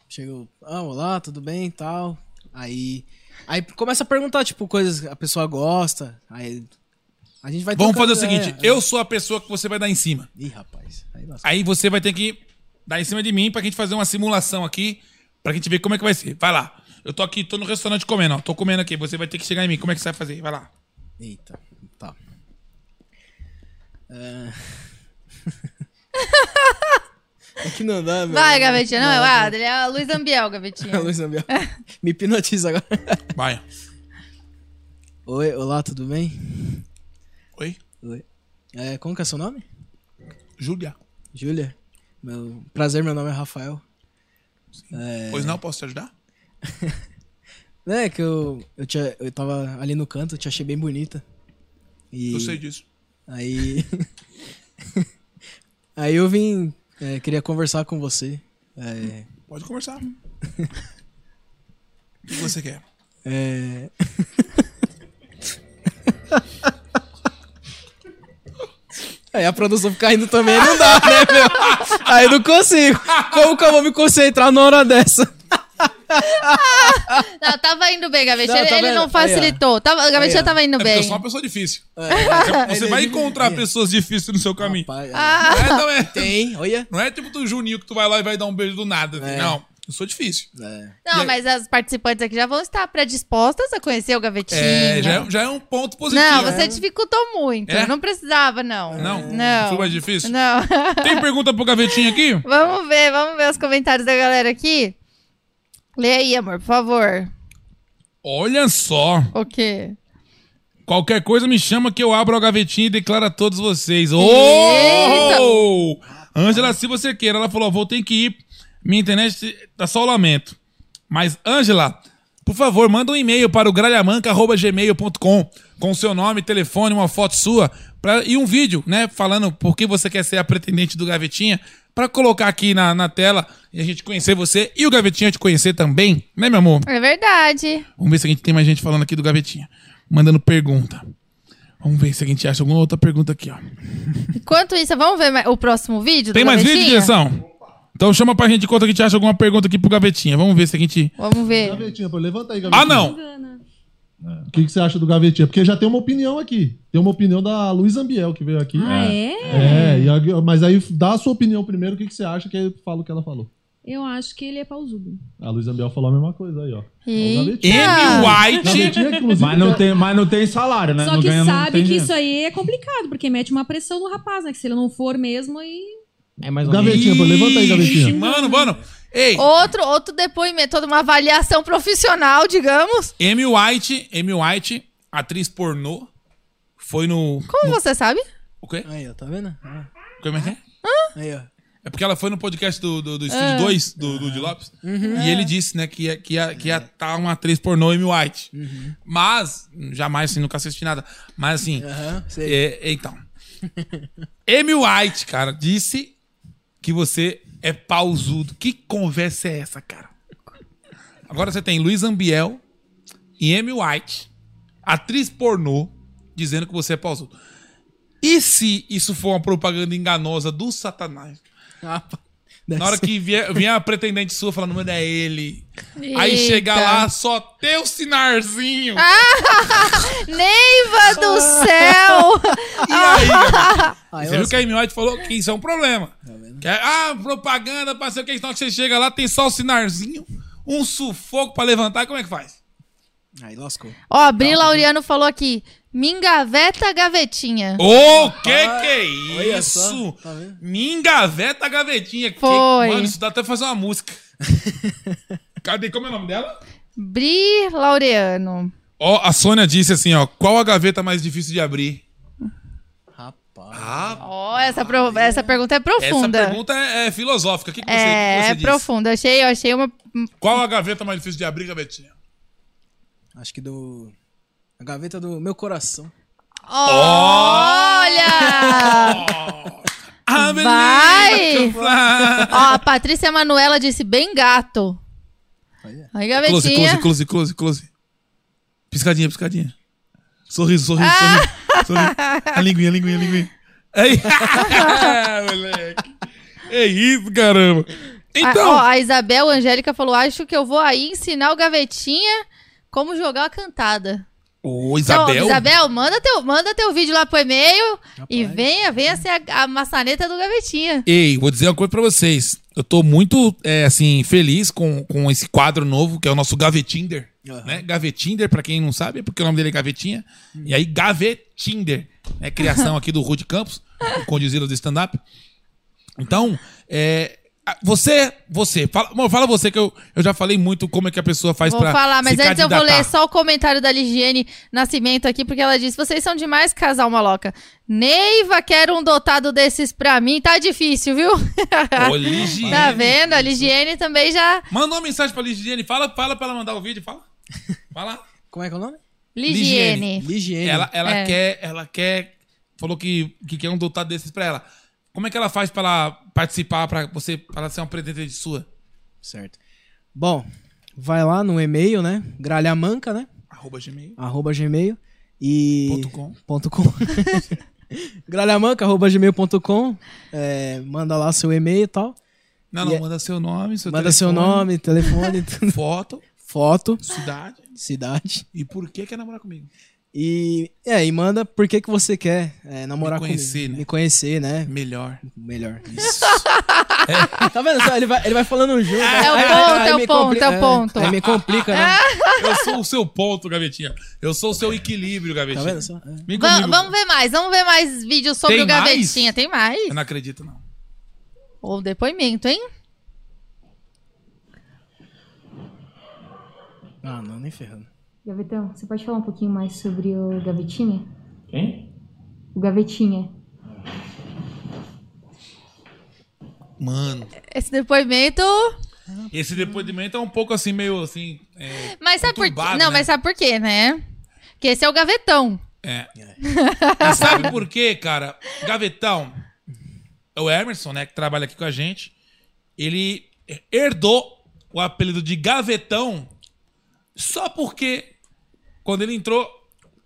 Speaker 4: chegou, ah, olá, tudo bem e tal. Aí, aí começa a perguntar, tipo, coisas que a pessoa gosta. Aí a gente vai é,
Speaker 2: Vamos fazer
Speaker 4: trocando
Speaker 2: o seguinte,
Speaker 4: ideia.
Speaker 2: eu sou a pessoa que você vai dar em cima.
Speaker 4: Ih, rapaz. Aí lascou.
Speaker 2: Aí você vai ter que dar em cima de mim pra gente fazer uma simulação aqui, pra gente ver como é que vai ser. Vai lá. Eu tô aqui, tô no restaurante comendo, ó. Tô comendo aqui. Você vai ter que chegar em mim. Como é que você vai fazer? Vai lá.
Speaker 4: Eita, tá. É... é que não dá, meu.
Speaker 1: Vai, Gavetinha. Não, é o
Speaker 4: dá.
Speaker 1: Adler, é a Luiz Ambiel, Gavetinha.
Speaker 4: Luiz Ambiel. Me hipnotiza agora.
Speaker 2: Vai.
Speaker 4: Oi, olá, tudo bem?
Speaker 2: Oi.
Speaker 4: Oi. É, como que é seu nome?
Speaker 2: Júlia.
Speaker 4: Júlia. Meu... Prazer, meu nome é Rafael. É...
Speaker 2: Pois não, posso te ajudar?
Speaker 4: É, que eu, eu, te, eu tava ali no canto, eu te achei bem bonita. E
Speaker 2: Eu sei disso.
Speaker 4: Aí. aí eu vim. é, queria conversar com você. É,
Speaker 2: Pode conversar. o que você quer?
Speaker 4: é, Aí a produção fica indo também, não dá, né, meu? Aí eu não consigo. Como que eu vou me concentrar numa hora dessa?
Speaker 1: Não, tava indo bem, Gavetinha.
Speaker 4: Não,
Speaker 1: Ele,
Speaker 4: tá
Speaker 1: ele
Speaker 4: vendo?
Speaker 1: não
Speaker 4: Aí, ó.
Speaker 1: facilitou. tava, Gavetinha
Speaker 4: Aí, ó.
Speaker 1: tava indo
Speaker 2: É porque
Speaker 1: bem.
Speaker 2: eu sou uma pessoa difícil.
Speaker 4: É,
Speaker 2: Você
Speaker 4: ele-
Speaker 2: vai encontrar pessoas difíceis no seu caminho.
Speaker 1: Ah.
Speaker 2: Não é, não é-
Speaker 4: Tem, olha.
Speaker 2: Não é tipo do Juninho que tu vai lá e vai dar um beijo do nada.
Speaker 4: É.
Speaker 2: Não, eu sou difícil. E
Speaker 1: Não,
Speaker 2: aí-
Speaker 1: mas as participantes aqui já vão estar predispostas a conhecer o Gavetinha.
Speaker 2: É, já, é- já é um ponto positivo.
Speaker 1: Não, você dificultou muito.
Speaker 2: É?
Speaker 1: Não precisava, não.
Speaker 2: Não?
Speaker 1: Não.
Speaker 2: Foi mais difícil?
Speaker 1: Não.
Speaker 2: Tem pergunta pro gavetinho aqui?
Speaker 1: Vamos ver, vamos ver os comentários da galera aqui. Lê aí, amor, por favor.
Speaker 2: Olha só.
Speaker 1: O quê?
Speaker 2: Qualquer coisa me chama que eu abro a gavetinha e declaro a todos vocês.
Speaker 1: Eita!
Speaker 2: Oh! Ângela, se você queira, ela falou: vou ter que ir. Minha internet tá só o lamento. Mas, Ângela, por favor, manda um e-mail para o gralhamanca.gmail.com com seu nome, telefone, uma foto sua pra, e um vídeo, né? Falando por que você quer ser a pretendente do Gavetinha, pra colocar aqui na, na tela e a gente conhecer você e o Gavetinha te conhecer também, né, meu amor?
Speaker 1: É verdade.
Speaker 2: Vamos ver se a gente tem mais gente falando aqui do Gavetinha. Mandando pergunta. Vamos ver se a gente acha alguma outra pergunta aqui, ó.
Speaker 1: Enquanto isso, vamos ver ma- o próximo vídeo?
Speaker 2: Tem
Speaker 1: do
Speaker 2: mais vídeo,
Speaker 1: Gavetinha?
Speaker 2: direção? Então chama pra gente enquanto a gente acha alguma pergunta aqui pro Gavetinha. Vamos ver se a gente.
Speaker 1: Vamos ver.
Speaker 18: Gavetinha, pô, levanta aí,
Speaker 2: Ah,
Speaker 18: Gavetinha.
Speaker 2: não!
Speaker 18: O que, que você acha do Gavetinha? Porque já tem uma opinião aqui. Tem uma opinião da Luiz Ambiel que veio aqui.
Speaker 14: Ah, é?
Speaker 18: É, e a- mas aí dá a sua opinião primeiro, o que, que você acha, que aí eu falo o que ela falou.
Speaker 14: Eu acho que ele é pausudo.
Speaker 18: A Luiz Ambiel falou a mesma coisa aí, ó.
Speaker 19: Mas não, tem, mas não tem salário, né?
Speaker 14: Só
Speaker 19: não
Speaker 14: que
Speaker 19: ganha, não
Speaker 14: sabe
Speaker 19: tem
Speaker 14: que
Speaker 19: dinheiro.
Speaker 14: isso aí é complicado, porque mete uma pressão no rapaz, né? Que se ele não for mesmo, aí.
Speaker 19: É mais
Speaker 18: Gavetinha, pô, levanta aí, Gavetinha.
Speaker 2: Mano, mano. Ei,
Speaker 1: Outro, outro depoimento, toda uma avaliação profissional, digamos.
Speaker 2: Amy White, Amy White, atriz pornô, foi no.
Speaker 1: Como você sabe?
Speaker 2: O quê?
Speaker 4: Aí, ó, tá vendo? Ah.
Speaker 2: Como é que é?
Speaker 4: Aí, ó.
Speaker 2: É porque ela foi no podcast do, do, do
Speaker 4: Ah. É.
Speaker 2: Estúdio 2, do, do Di Lopes,
Speaker 4: Uhum.
Speaker 2: e ele disse, né, que ia, que ia, que ia tá uma atriz pornô Amy White.
Speaker 4: Uhum.
Speaker 2: Mas, jamais, assim, nunca assisti nada. Mas, assim,
Speaker 4: Aham, sei.
Speaker 2: é, então. Amy White, cara, disse que você é pausudo. Que conversa é essa, cara? Agora você tem Luiz Ambiel e Amy White, atriz pornô, dizendo que você é pausudo. E se isso for uma propaganda enganosa do satanás? Na hora que vier, vier a pretendente sua falando, mano, é ele. Aí
Speaker 1: Eita. Ah.
Speaker 2: chega lá, só tem o sinarzinho.
Speaker 1: Neiva do céu!
Speaker 2: E aí? Gabi?
Speaker 1: Ah, eu
Speaker 2: você viu
Speaker 1: acho-
Speaker 2: que a Amy White falou que isso é um problema.
Speaker 4: Tá
Speaker 2: Que é, ah, propaganda, parceiro, que na hora que você chega lá, tem só o sinarzinho, um sufoco pra levantar, como é que faz?
Speaker 4: Aí lascou.
Speaker 1: Ó, Bri Laureano falou aqui. Mingaveta gavetinha.
Speaker 2: Ô, que que é
Speaker 4: olha só, tá
Speaker 2: isso? Me engaveta a gavetinha. Que,
Speaker 1: Foi.
Speaker 2: mano, isso dá até pra fazer uma música. Cadê? Como é o nome dela?
Speaker 1: Bri Laureano.
Speaker 2: Ó, a Sônia disse assim, ó, qual a gaveta mais difícil de abrir? Rapaz.
Speaker 1: Ó, essa, pro- essa pergunta é profunda.
Speaker 2: Ah, Essa pergunta é, é filosófica. O que, que você,
Speaker 1: é,
Speaker 2: que você
Speaker 1: é
Speaker 2: diz?
Speaker 1: profunda. Eu Achei, eu achei uma. hum,
Speaker 2: Qual a gaveta mais difícil de abrir, gavetinha? Ah.
Speaker 4: Acho que do. A gaveta do meu coração.
Speaker 1: Olha!
Speaker 2: I believe I
Speaker 1: Vai!
Speaker 2: can fly.
Speaker 1: Ó, a Patrícia Manuela disse bem gato. Aí,
Speaker 2: Close,
Speaker 1: gavetinha.
Speaker 2: close, close, close, close. Piscadinha, piscadinha. Sorriso, sorriso,
Speaker 1: Ah!
Speaker 2: sorriso, sorriso. A linguinha, a linguinha, a linguinha. Aí. É moleque. É isso, caramba. Então.
Speaker 1: A, ó, a Isabel Angélica falou: acho que eu vou aí ensinar o gavetinha como jogar a cantada.
Speaker 2: Ô,
Speaker 1: Então,
Speaker 2: Isabel.
Speaker 1: Isabel, manda teu, manda teu vídeo lá pro e-mail e venha, venha ser a, a maçaneta do gavetinha.
Speaker 2: Ei, vou dizer uma coisa pra vocês. Eu tô muito, é, assim, feliz com, com esse quadro novo, que é o nosso Gavetinder. Né? Gavetinder, pra quem não sabe, é porque o nome dele é Gavetinha. E aí, Gavetinder. É criação aqui do Rude Campos, o conduzido do stand-up. Então, é, a- você, você, fala, amor, fala você que eu, eu já falei muito como é que a pessoa faz
Speaker 1: vou
Speaker 2: pra
Speaker 1: falar, mas
Speaker 2: se
Speaker 1: antes eu vou
Speaker 2: candidatar.
Speaker 1: ler só o comentário da Ligiane Nascimento aqui, porque ela disse: vocês são demais, casal maloca. Neiva, quero um dotado desses pra mim, tá difícil, viu?
Speaker 2: Ô, Ligiane.
Speaker 1: tá vendo? A Ligiane também já.
Speaker 2: Manda uma mensagem pra Ligiane, fala, fala pra ela mandar o vídeo, fala. Fala.
Speaker 4: Como é que é o nome?
Speaker 1: Ligiene.
Speaker 4: Ligiene.
Speaker 2: Ela, ela
Speaker 1: É.
Speaker 2: quer, ela quer, falou que, que quer um dotado desses pra ela. Como é que ela faz pra ela participar, pra você, pra ela ser uma pretendente sua?
Speaker 4: Certo. Bom, vai lá no e-mail, né? Gralhamanca, né?
Speaker 2: Arroba gmail.
Speaker 4: Arroba gmail e...
Speaker 2: Ponto com.
Speaker 4: Ponto com. Gralhamanca, arroba gmail.com. É, manda lá seu e-mail e tal.
Speaker 2: Não,
Speaker 4: E
Speaker 2: não,
Speaker 4: é-
Speaker 2: manda seu nome, seu
Speaker 4: manda seu
Speaker 2: telefone,
Speaker 4: nome, telefone, tudo.
Speaker 2: Foto.
Speaker 4: foto,
Speaker 2: Cidade.
Speaker 4: cidade.
Speaker 2: E por que quer namorar comigo?
Speaker 4: E, é, e manda por que, que você quer é, namorar
Speaker 2: Me conhecer,
Speaker 4: comigo.
Speaker 2: né?
Speaker 4: Me conhecer, né?
Speaker 2: Melhor. É.
Speaker 4: Melhor. Isso. Tá vendo? só? Ele vai, ele vai falando junto.
Speaker 1: É o
Speaker 4: aí- aí-
Speaker 1: ponto,
Speaker 4: aí
Speaker 1: é o
Speaker 4: me
Speaker 1: ponto,
Speaker 4: compli-
Speaker 1: é o ponto.
Speaker 4: Aí me complica, né?
Speaker 2: Eu sou o seu ponto, Gavetinha. Eu sou o seu equilíbrio,
Speaker 1: É.
Speaker 2: Gavetinha.
Speaker 4: Tá vendo só?
Speaker 2: Vem
Speaker 1: Va-
Speaker 2: comigo.
Speaker 1: vamos ver mais, vamos ver mais vídeos sobre
Speaker 2: Tem
Speaker 1: o gavetinha.
Speaker 2: mais?
Speaker 1: Tem mais?
Speaker 2: Eu não acredito, não.
Speaker 1: Ou depoimento, hein?
Speaker 4: Ah, não, nem ferrando.
Speaker 7: Gavetão, você pode falar um pouquinho mais sobre o Gavetinha?
Speaker 16: Quem?
Speaker 7: O Gavetinha.
Speaker 2: Mano.
Speaker 1: Esse depoimento.
Speaker 2: Esse depoimento é um pouco assim, meio assim. É,
Speaker 1: Mas sabe por quê?
Speaker 2: conturbado,
Speaker 1: Não,
Speaker 2: né?
Speaker 1: mas sabe por quê, né? Porque esse é o gavetão.
Speaker 2: É. Mas sabe por quê, cara? Gavetão, é o Emerson, né, que trabalha aqui com a gente, ele herdou o apelido de Gavetão só porque quando ele entrou,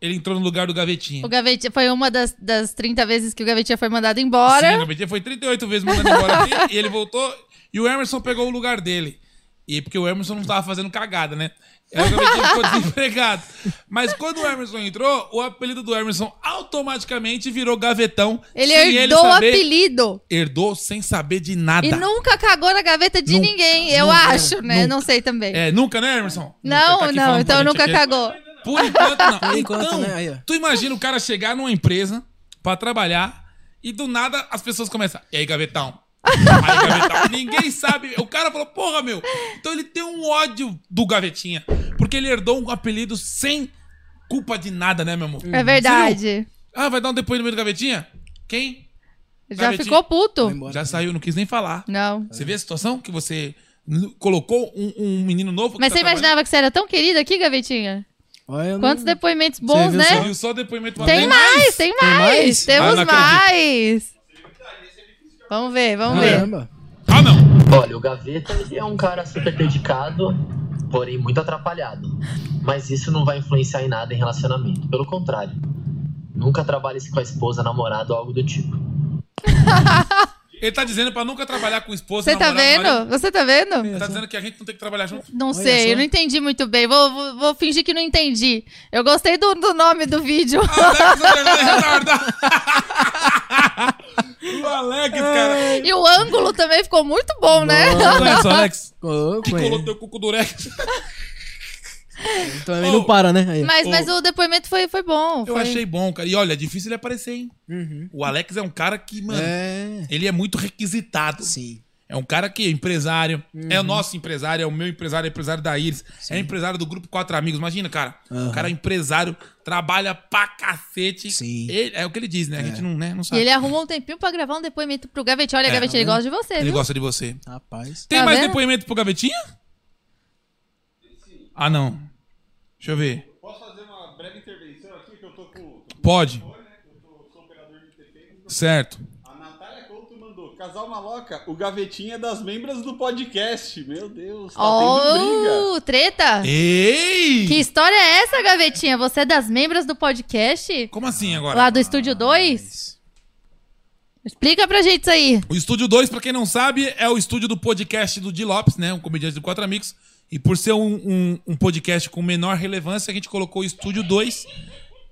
Speaker 2: ele entrou no lugar do Gavetinha.
Speaker 1: O gavetinha foi uma das, das 30 vezes que o gavetinha foi mandado embora.
Speaker 2: Sim, o Gavetinha foi 38 vezes mandando embora aqui, e ele voltou e o Emerson pegou o lugar dele. E porque o Emerson não tava fazendo cagada, né? Aí o Gavetinha ficou desempregado. Mas quando o Emerson entrou, o apelido do Emerson automaticamente virou Gavetão.
Speaker 1: ele
Speaker 2: sem
Speaker 1: herdou o
Speaker 2: saber.
Speaker 1: apelido.
Speaker 2: Herdou sem saber de nada.
Speaker 1: E nunca cagou na gaveta de
Speaker 2: Nunca,
Speaker 1: ninguém, eu
Speaker 2: nunca,
Speaker 1: acho, né?
Speaker 2: nunca.
Speaker 1: Não sei também.
Speaker 2: É, nunca, né, Emerson?
Speaker 1: não,
Speaker 2: Nunca, tá aqui falando
Speaker 1: não,
Speaker 2: com a
Speaker 1: então
Speaker 2: gente
Speaker 1: nunca
Speaker 2: aqui.
Speaker 1: cagou.
Speaker 2: Por enquanto, não.
Speaker 4: Por enquanto,
Speaker 2: então,
Speaker 4: né? Aí, ó.
Speaker 2: tu imagina o cara chegar numa empresa pra trabalhar e do nada as pessoas começam. E aí, gavetão? Aí, gavetão. Ninguém sabe. O cara falou, porra, meu. Então ele tem um ódio do gavetinha. Porque ele herdou um apelido sem culpa de nada, né, meu amor?
Speaker 1: É verdade.
Speaker 2: Ah, vai dar um depoimento do gavetinha? Quem?
Speaker 1: Já
Speaker 2: Gavetinha?
Speaker 1: ficou puto.
Speaker 2: Já saiu, não quis nem falar.
Speaker 1: Não.
Speaker 2: Você vê a situação que você n- colocou um, um menino novo. que
Speaker 1: Mas
Speaker 2: tá
Speaker 1: você
Speaker 2: trabalhando?
Speaker 1: imaginava que você era tão querida aqui, gavetinha? Quantos depoimentos bons,
Speaker 2: Hum. Você viu
Speaker 1: né?
Speaker 2: só- viu só o depoimento
Speaker 1: Tem
Speaker 2: maluco?
Speaker 1: mais, tem
Speaker 2: Tem
Speaker 1: mais,
Speaker 2: mais? Ah,
Speaker 1: temos
Speaker 2: não
Speaker 1: mais. Vamos ver, vamos ver.
Speaker 2: Ah,
Speaker 20: não! Olha, o Gaveta ele é um cara super dedicado, porém muito atrapalhado. Mas isso não vai influenciar em nada em relacionamento. Pelo contrário. Nunca trabalhe com a esposa, namorado ou algo do tipo.
Speaker 2: Ele tá dizendo pra nunca trabalhar com esposa.
Speaker 1: Você tá
Speaker 2: namorado,
Speaker 1: vendo?
Speaker 2: marido.
Speaker 1: Você tá vendo?
Speaker 2: Ele tá dizendo que a gente não tem que trabalhar junto.
Speaker 1: Não sei, eu não entendi muito bem. Vou, vou, vou fingir que não entendi. Eu gostei do, do nome do vídeo.
Speaker 2: O Alex, cara.
Speaker 1: e o ângulo também ficou muito bom, né?
Speaker 2: Conhece o tá Alex? Que
Speaker 4: conheço.
Speaker 2: colou teu cuco durex. Oh.
Speaker 4: Também não para, né? Aí.
Speaker 1: Mas,
Speaker 2: Ô.
Speaker 1: mas o depoimento foi, foi bom.
Speaker 2: Eu
Speaker 1: foi-
Speaker 2: achei bom, cara. E olha, é difícil ele aparecer, hein? O Alex é um cara que, mano, ele é muito requisitado.
Speaker 4: Sim.
Speaker 2: É um cara que é empresário, é o nosso empresário, é o meu empresário, é empresário da Iris, é empresário do grupo Quatro Amigos. Imagina, cara. O
Speaker 4: Aham.
Speaker 2: cara é empresário, trabalha pra cacete. Sim. é o que ele diz, né? A gente não, né, não
Speaker 1: E
Speaker 2: sabe.
Speaker 1: ele arrumou um tempinho pra gravar um depoimento pro Gavete. Olha,
Speaker 2: É,
Speaker 1: Gavete,
Speaker 2: tá
Speaker 1: ele
Speaker 2: vendo?
Speaker 1: gosta de você,
Speaker 2: Ele
Speaker 1: viu?
Speaker 2: gosta de você.
Speaker 4: Rapaz.
Speaker 2: Tem
Speaker 1: Tá
Speaker 2: mais
Speaker 1: vendo?
Speaker 2: depoimento pro Gavetinha? Ah, não. Deixa eu ver. Posso fazer uma breve intervenção aqui que eu tô com. Pode. Certo.
Speaker 21: Casal Maloca, o gavetinha é das membros do podcast. Meu Deus, tá tendo briga.
Speaker 1: Oh, treta!
Speaker 2: Ei!
Speaker 1: Que história é essa, Gavetinha? Você é das membros do podcast?
Speaker 2: Como assim agora?
Speaker 1: Lá do Estúdio
Speaker 2: É
Speaker 1: 2? Explica pra gente isso aí.
Speaker 2: O Estúdio 2, pra quem não sabe, é o estúdio do podcast do Di Lopes, né? Um comediante do Quatro Amigos. E por ser um, um- um podcast com menor relevância, a gente colocou o Estúdio 2.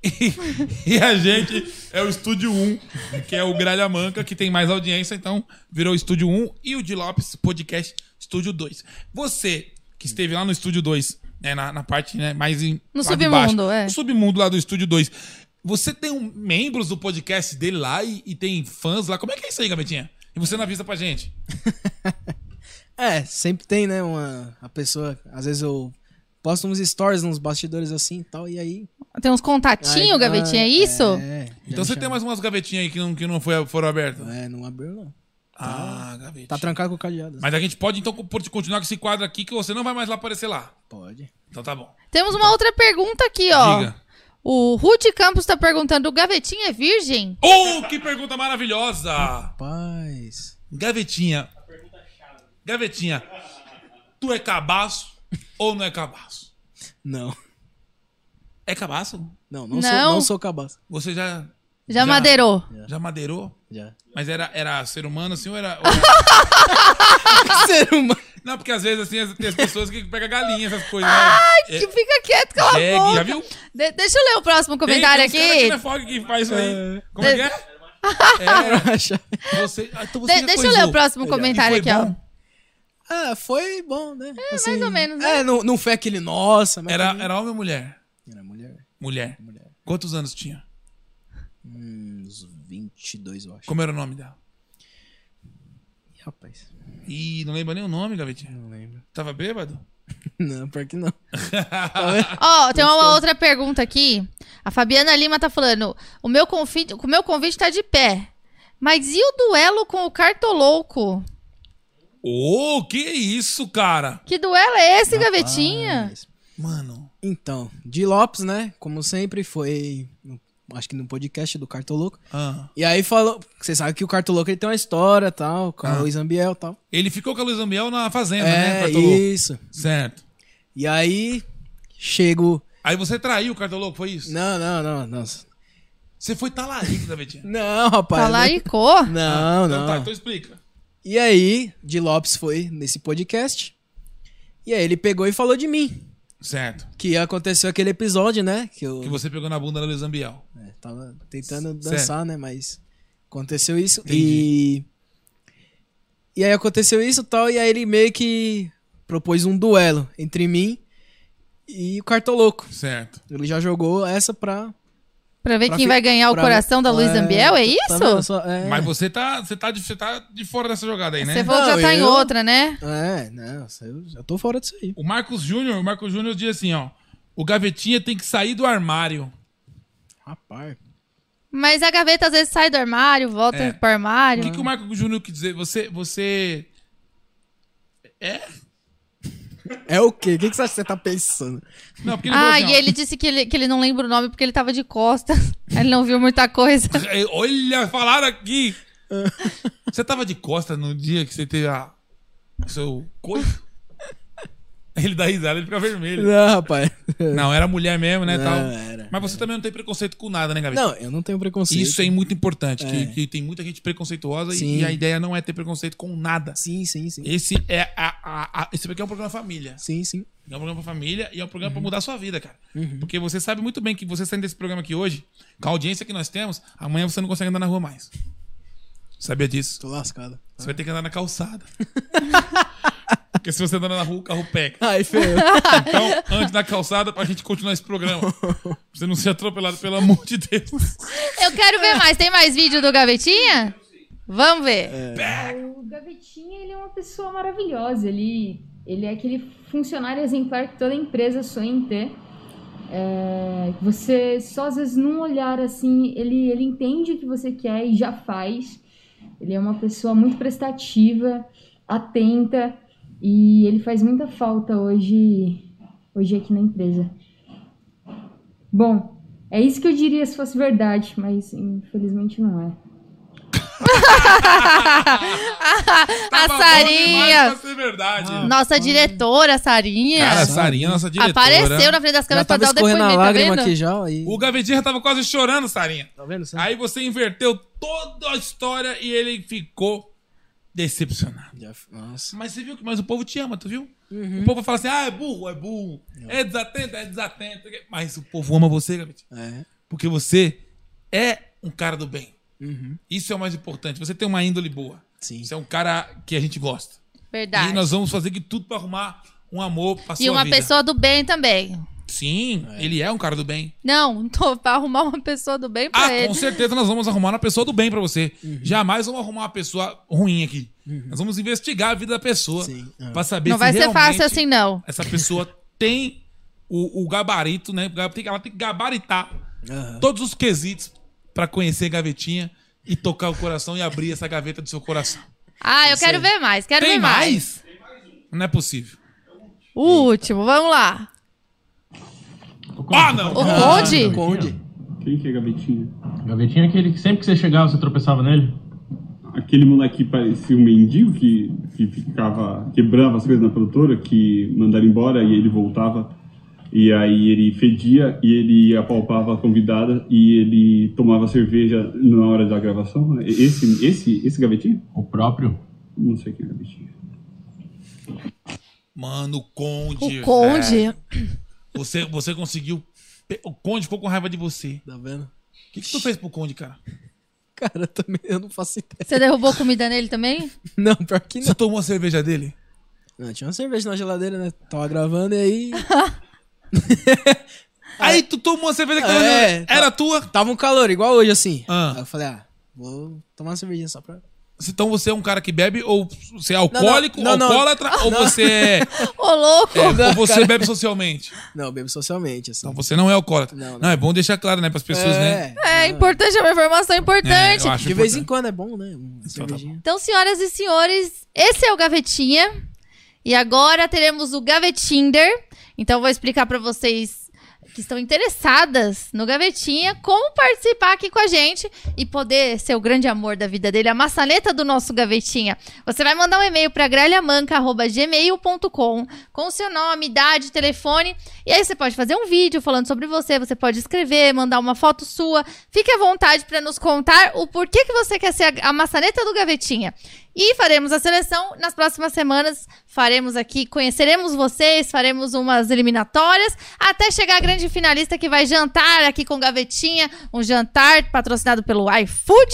Speaker 2: E, e a gente é o Estúdio 1, que é o Gralha Manca, que tem mais audiência. Então, virou o Estúdio 1 e o Di Lopes Podcast Estúdio 2. Você, que esteve lá no Estúdio 2, né, na, na parte né, mais... Em,
Speaker 1: No
Speaker 2: lá de baixo,
Speaker 1: submundo, é.
Speaker 2: No submundo lá do Estúdio 2. Você tem um- membros do podcast dele lá e, e tem fãs lá. Como é que é isso aí, Gavetinha? E você não avisa pra gente.
Speaker 4: É, sempre tem, né? Uma, a pessoa, às vezes eu posto uns stories, uns bastidores assim e tal, e aí.
Speaker 1: Tem uns contatinhos,
Speaker 4: Ai,
Speaker 1: Gavetinha, é
Speaker 4: ai,
Speaker 1: isso?
Speaker 4: É.
Speaker 2: Então você tem mais umas gavetinhas aí que não, que não foi, foram abertas. né?
Speaker 4: É, não abriu não.
Speaker 2: Ah, gaveta.
Speaker 4: Tá trancado com o cadeado.
Speaker 2: Mas a gente pode então co- continuar com esse quadro aqui que você não vai mais lá aparecer lá.
Speaker 4: Pode.
Speaker 2: Então tá bom.
Speaker 1: Temos uma outra pergunta aqui, ó.
Speaker 2: Diga.
Speaker 1: O Ruth Campos tá perguntando: o Gavetinha é virgem?
Speaker 2: Oh, que pergunta maravilhosa!
Speaker 4: Rapaz.
Speaker 2: Gavetinha. Gavetinha, tu é cabaço ou não é cabaço?
Speaker 4: Não.
Speaker 2: É cabaço?
Speaker 4: Não,
Speaker 1: não sou- Não. não sou
Speaker 4: cabaço.
Speaker 2: Você já.
Speaker 1: Já madeirou.
Speaker 2: Já, madeirou?
Speaker 4: Já.
Speaker 2: Mas era, era ser humano assim ou era. ou era-
Speaker 4: ser humano.
Speaker 2: Não, porque às vezes assim, as- tem as pessoas que pegam galinha, essas coisas.
Speaker 1: Ai,
Speaker 2: né? É-
Speaker 1: que fica quieto, cala
Speaker 2: Jegue,
Speaker 1: a boca.
Speaker 2: já viu?
Speaker 1: De- deixa eu ler o próximo
Speaker 2: Tem-
Speaker 1: comentário
Speaker 2: tem uns cara
Speaker 1: aqui.
Speaker 2: na Fog que faz isso aí. Como é que é? É. Você, ah, então você
Speaker 1: De-
Speaker 2: já
Speaker 1: deixa eu
Speaker 2: coisou.
Speaker 1: ler o próximo comentário
Speaker 2: E foi
Speaker 1: aqui, ó.
Speaker 2: bom?
Speaker 4: Ah, foi bom, né? É,
Speaker 1: mais ou menos, né?
Speaker 4: É, não, não foi aquele nossa, mas.
Speaker 2: Era, era homem ou mulher?
Speaker 4: Era mulher.
Speaker 2: Mulher. Quantos anos tinha?
Speaker 4: Uns 22, eu acho.
Speaker 2: Como era o nome dela?
Speaker 4: Ih, Rapaz.
Speaker 2: Ih, não lembra nem o nome, Gavetinha. Não
Speaker 4: lembro.
Speaker 2: Tava bêbado?
Speaker 4: Não, pior que não.
Speaker 1: Ó, tem uma outra pergunta aqui. A Fabiana Lima tá falando: o meu convite, o meu convite tá de pé. Mas e o duelo com o Cartolouco?
Speaker 2: Ô, que isso, cara?
Speaker 1: Que duelo é esse, Gavetinha?
Speaker 2: Mano.
Speaker 4: Então, Di Lopes, né? Como sempre, foi. no- Acho que no podcast do Cartoloco.
Speaker 2: Ah.
Speaker 4: E aí falou. Você sabe que o Cartoloco ele tem uma história tal, com
Speaker 2: Ah.
Speaker 4: a Luiz Ambiel e tal.
Speaker 2: Ele ficou com a Luiz Amiel na fazenda, né?
Speaker 4: É,
Speaker 2: Cartolouco?
Speaker 4: isso.
Speaker 2: Certo.
Speaker 4: E aí, chego.
Speaker 2: Aí você traiu o Cartolouco, foi isso?
Speaker 4: Não, não, não, nossa.
Speaker 2: Você foi talarico, Gavetinha.
Speaker 4: Não, rapaz.
Speaker 1: Talaricô?
Speaker 4: Não,
Speaker 2: Ah,
Speaker 4: não.
Speaker 2: Então tá, então explica.
Speaker 4: E aí, Di Lopes foi nesse podcast. E aí ele pegou e falou de mim.
Speaker 2: Certo.
Speaker 4: Que aconteceu aquele episódio, né? Que eu
Speaker 2: Que você pegou na bunda da Luiz Ambiel.
Speaker 4: É, tava tentando
Speaker 2: Certo.
Speaker 4: dançar, né? Mas aconteceu isso. E. E aí aconteceu isso e tal. E aí ele meio que propôs um duelo entre mim e o Cartoloco.
Speaker 2: Certo.
Speaker 4: Ele já jogou essa pra.
Speaker 1: Pra ver
Speaker 4: pra
Speaker 1: quem
Speaker 4: fi-
Speaker 1: vai ganhar o
Speaker 4: pra-
Speaker 1: coração da Luiz Ambiel, é isso?
Speaker 4: vendo
Speaker 2: assim,
Speaker 4: só? É.
Speaker 2: Mas você tá, você, tá de, você tá de fora dessa jogada aí, né?
Speaker 1: Você falou que já
Speaker 4: Não,
Speaker 1: tá em
Speaker 4: eu-
Speaker 1: outra, né?
Speaker 4: É, não, eu já tô fora disso aí.
Speaker 2: O Marcos Júnior, o Marcos Júnior diz assim, ó. O gavetinha tem que sair do armário.
Speaker 4: Rapaz.
Speaker 1: Mas a gaveta às vezes sai do armário, volta
Speaker 2: É.
Speaker 1: pro armário.
Speaker 2: O que, que o Marcos Júnior quer dizer? Você. Você. É?
Speaker 4: É o quê? O que que você acha que você tá pensando?
Speaker 2: Não, porque
Speaker 1: ah,
Speaker 2: falou assim,
Speaker 1: e
Speaker 2: ó,
Speaker 1: ele disse que ele, que ele não lembra o nome porque ele tava de costas. ele não viu muita coisa.
Speaker 2: É, Olha, falaram aqui!
Speaker 4: É.
Speaker 2: você tava de costa no dia que você teve a. o seu coito? Ele dá risada, ele fica vermelho.
Speaker 4: Não, rapaz.
Speaker 2: Não, era mulher mesmo, né?
Speaker 4: Não,
Speaker 2: tal.
Speaker 4: era,
Speaker 2: Mas você também não tem preconceito com nada, né, Gabi?
Speaker 4: Não, eu não tenho preconceito.
Speaker 2: Isso é muito importante, que-
Speaker 4: É.
Speaker 2: que, tem muita gente preconceituosa e-
Speaker 4: Sim.
Speaker 2: e a ideia não é ter preconceito com nada.
Speaker 4: Sim, sim, sim.
Speaker 2: Esse é a, a- a- esse aqui é um programa família.
Speaker 4: Sim, sim.
Speaker 2: É um programa pra família e é um programa pra
Speaker 4: Uhum.
Speaker 2: mudar a sua vida, cara.
Speaker 4: Uhum.
Speaker 2: Porque você sabe muito bem que você saindo desse programa aqui hoje, com a audiência que nós temos, amanhã você não consegue andar na rua mais. Sabia disso?
Speaker 4: Tô lascado.
Speaker 2: Você vai ter que andar na calçada. Porque se você andar na rua, o carro pega.
Speaker 4: Ai, feio.
Speaker 2: Então, ande na calçada pra gente continuar esse programa. Pra você não ser atropelado, pelo amor de Deus.
Speaker 1: Eu quero ver mais. Tem mais vídeo do Gavetinha? Vamos ver.
Speaker 2: É.
Speaker 7: O Gavetinha, ele é uma pessoa maravilhosa. Ele, ele é aquele funcionário exemplar que toda empresa sonha em ter. É, você só às vezes num olhar assim, ele, ele entende o que você quer e já faz. Ele é uma pessoa muito prestativa, atenta e ele faz muita falta hoje, hoje aqui na empresa. Bom, é isso que eu diria se fosse verdade, mas infelizmente não é.
Speaker 2: Tá
Speaker 1: a Sarinha.
Speaker 2: Isso é verdade.
Speaker 4: Ah,
Speaker 1: Nossa diretora, a Sarinha.
Speaker 2: Cara, a Sarinha, é nossa diretora.
Speaker 1: Apareceu na frente das câmeras pra dar o depoimento, tá vendo?
Speaker 2: O Gavetinha tava quase chorando, Sarinha.
Speaker 4: Tá vendo?
Speaker 2: Aí você inverteu toda a história e ele ficou decepcionado. Mas você viu que mas o povo te ama, tu viu?
Speaker 1: Uhum.
Speaker 2: O povo fala assim, ah, é burro, é burro. É desatento, é desatento. Mas o povo ama você, Gavetinha.
Speaker 4: é,
Speaker 2: Porque você é um cara do bem.
Speaker 1: Uhum.
Speaker 2: Isso é o mais importante. Você tem uma índole boa.
Speaker 4: Sim.
Speaker 2: Você é um cara que a gente gosta.
Speaker 1: Verdade.
Speaker 2: E nós vamos fazer de tudo pra arrumar um amor pra
Speaker 1: E
Speaker 2: sua
Speaker 1: uma
Speaker 2: vida.
Speaker 1: pessoa do bem também.
Speaker 2: Sim, ele é um cara do bem.
Speaker 1: Não, tô pra arrumar uma pessoa do bem pra ele.
Speaker 2: Ah, Com certeza nós vamos arrumar uma pessoa do bem pra você. Jamais vamos arrumar uma pessoa ruim aqui. Nós vamos investigar a vida da pessoa pra saber
Speaker 1: Não
Speaker 2: se
Speaker 1: vai ser
Speaker 2: realmente
Speaker 1: fácil assim, não.
Speaker 2: Essa pessoa tem o, o gabarito, né? Ela tem, que- ela tem que gabaritar
Speaker 4: É.
Speaker 2: todos os quesitos pra conhecer a gavetinha e tocar o coração e abrir essa gaveta do seu coração.
Speaker 1: Ah, eu quero ver mais, quero
Speaker 2: Tem
Speaker 1: ver mais.
Speaker 2: mais? Não é possível.
Speaker 1: O último, vamos lá.
Speaker 2: Ah, não!
Speaker 1: O Conde?
Speaker 3: Quem que é Gavetinha?
Speaker 22: Gavetinha é aquele que sempre que você chegava, você tropeçava nele?
Speaker 3: Aquele moleque que parecia um mendigo que, que ficava. quebrava as coisas na produtora, que mandaram embora e ele voltava. E aí ele fedia e ele apalpava a convidada e ele tomava cerveja na hora da gravação. né? Esse, esse, esse gavetinha? O próprio? Não sei quem é gavetinha.
Speaker 2: Mano, o Conde.
Speaker 1: O Conde.
Speaker 2: velho. Você, você conseguiu. pe- O Conde ficou com raiva de você.
Speaker 4: Tá vendo?
Speaker 2: O que, que tu fez pro Conde, cara?
Speaker 4: Cara, eu também eu não faço ideia.
Speaker 1: Você derrubou comida nele também?
Speaker 4: Não, pior que não. Você
Speaker 2: tomou a cerveja dele?
Speaker 4: Não, tinha uma cerveja na geladeira, né? Tava gravando e aí.
Speaker 2: aí tu tomou uma cerveja que
Speaker 4: É, tá.
Speaker 2: era tua?
Speaker 4: Tava um calor, igual hoje, assim. Aí eu falei, ah, vou tomar uma cervejinha só pra.
Speaker 2: Então você é um cara que bebe ou você é alcoólico,
Speaker 4: não, não.
Speaker 2: alcoólatra ou
Speaker 4: Não.
Speaker 2: você é.
Speaker 1: Ô, louco!
Speaker 2: é, ou
Speaker 4: Não,
Speaker 2: você
Speaker 4: cara.
Speaker 2: bebe socialmente?
Speaker 4: Não, eu bebo socialmente, assim. Então
Speaker 2: Você não é alcoólatra.
Speaker 4: Não,
Speaker 2: Não,
Speaker 4: não.
Speaker 2: é bom deixar claro, né, pras pessoas, né?
Speaker 1: É importante, é uma informação importante.
Speaker 2: É, eu acho
Speaker 4: De vez
Speaker 2: importante. tá
Speaker 4: em quando é bom, né? Uma cervejinha.
Speaker 1: Então, senhoras e senhores, esse é o Gavetinha. E agora teremos o Gavetinder. Então, eu vou explicar para vocês que estão interessadas no Gavetinha como participar aqui com a gente e poder ser o grande amor da vida dele, a maçaneta do nosso Gavetinha. Você vai mandar um e-mail para gralhamanca.gmail.com com o seu nome, idade, telefone. E aí você pode fazer um vídeo falando sobre você, você pode escrever, mandar uma foto sua. Fique à vontade para nos contar o porquê que você quer ser a, a maçaneta do gavetinha. E faremos a seleção nas próximas semanas. Faremos aqui, conheceremos vocês, faremos umas eliminatórias, até chegar a grande finalista que vai jantar aqui com o gavetinha, um jantar patrocinado pelo iFood.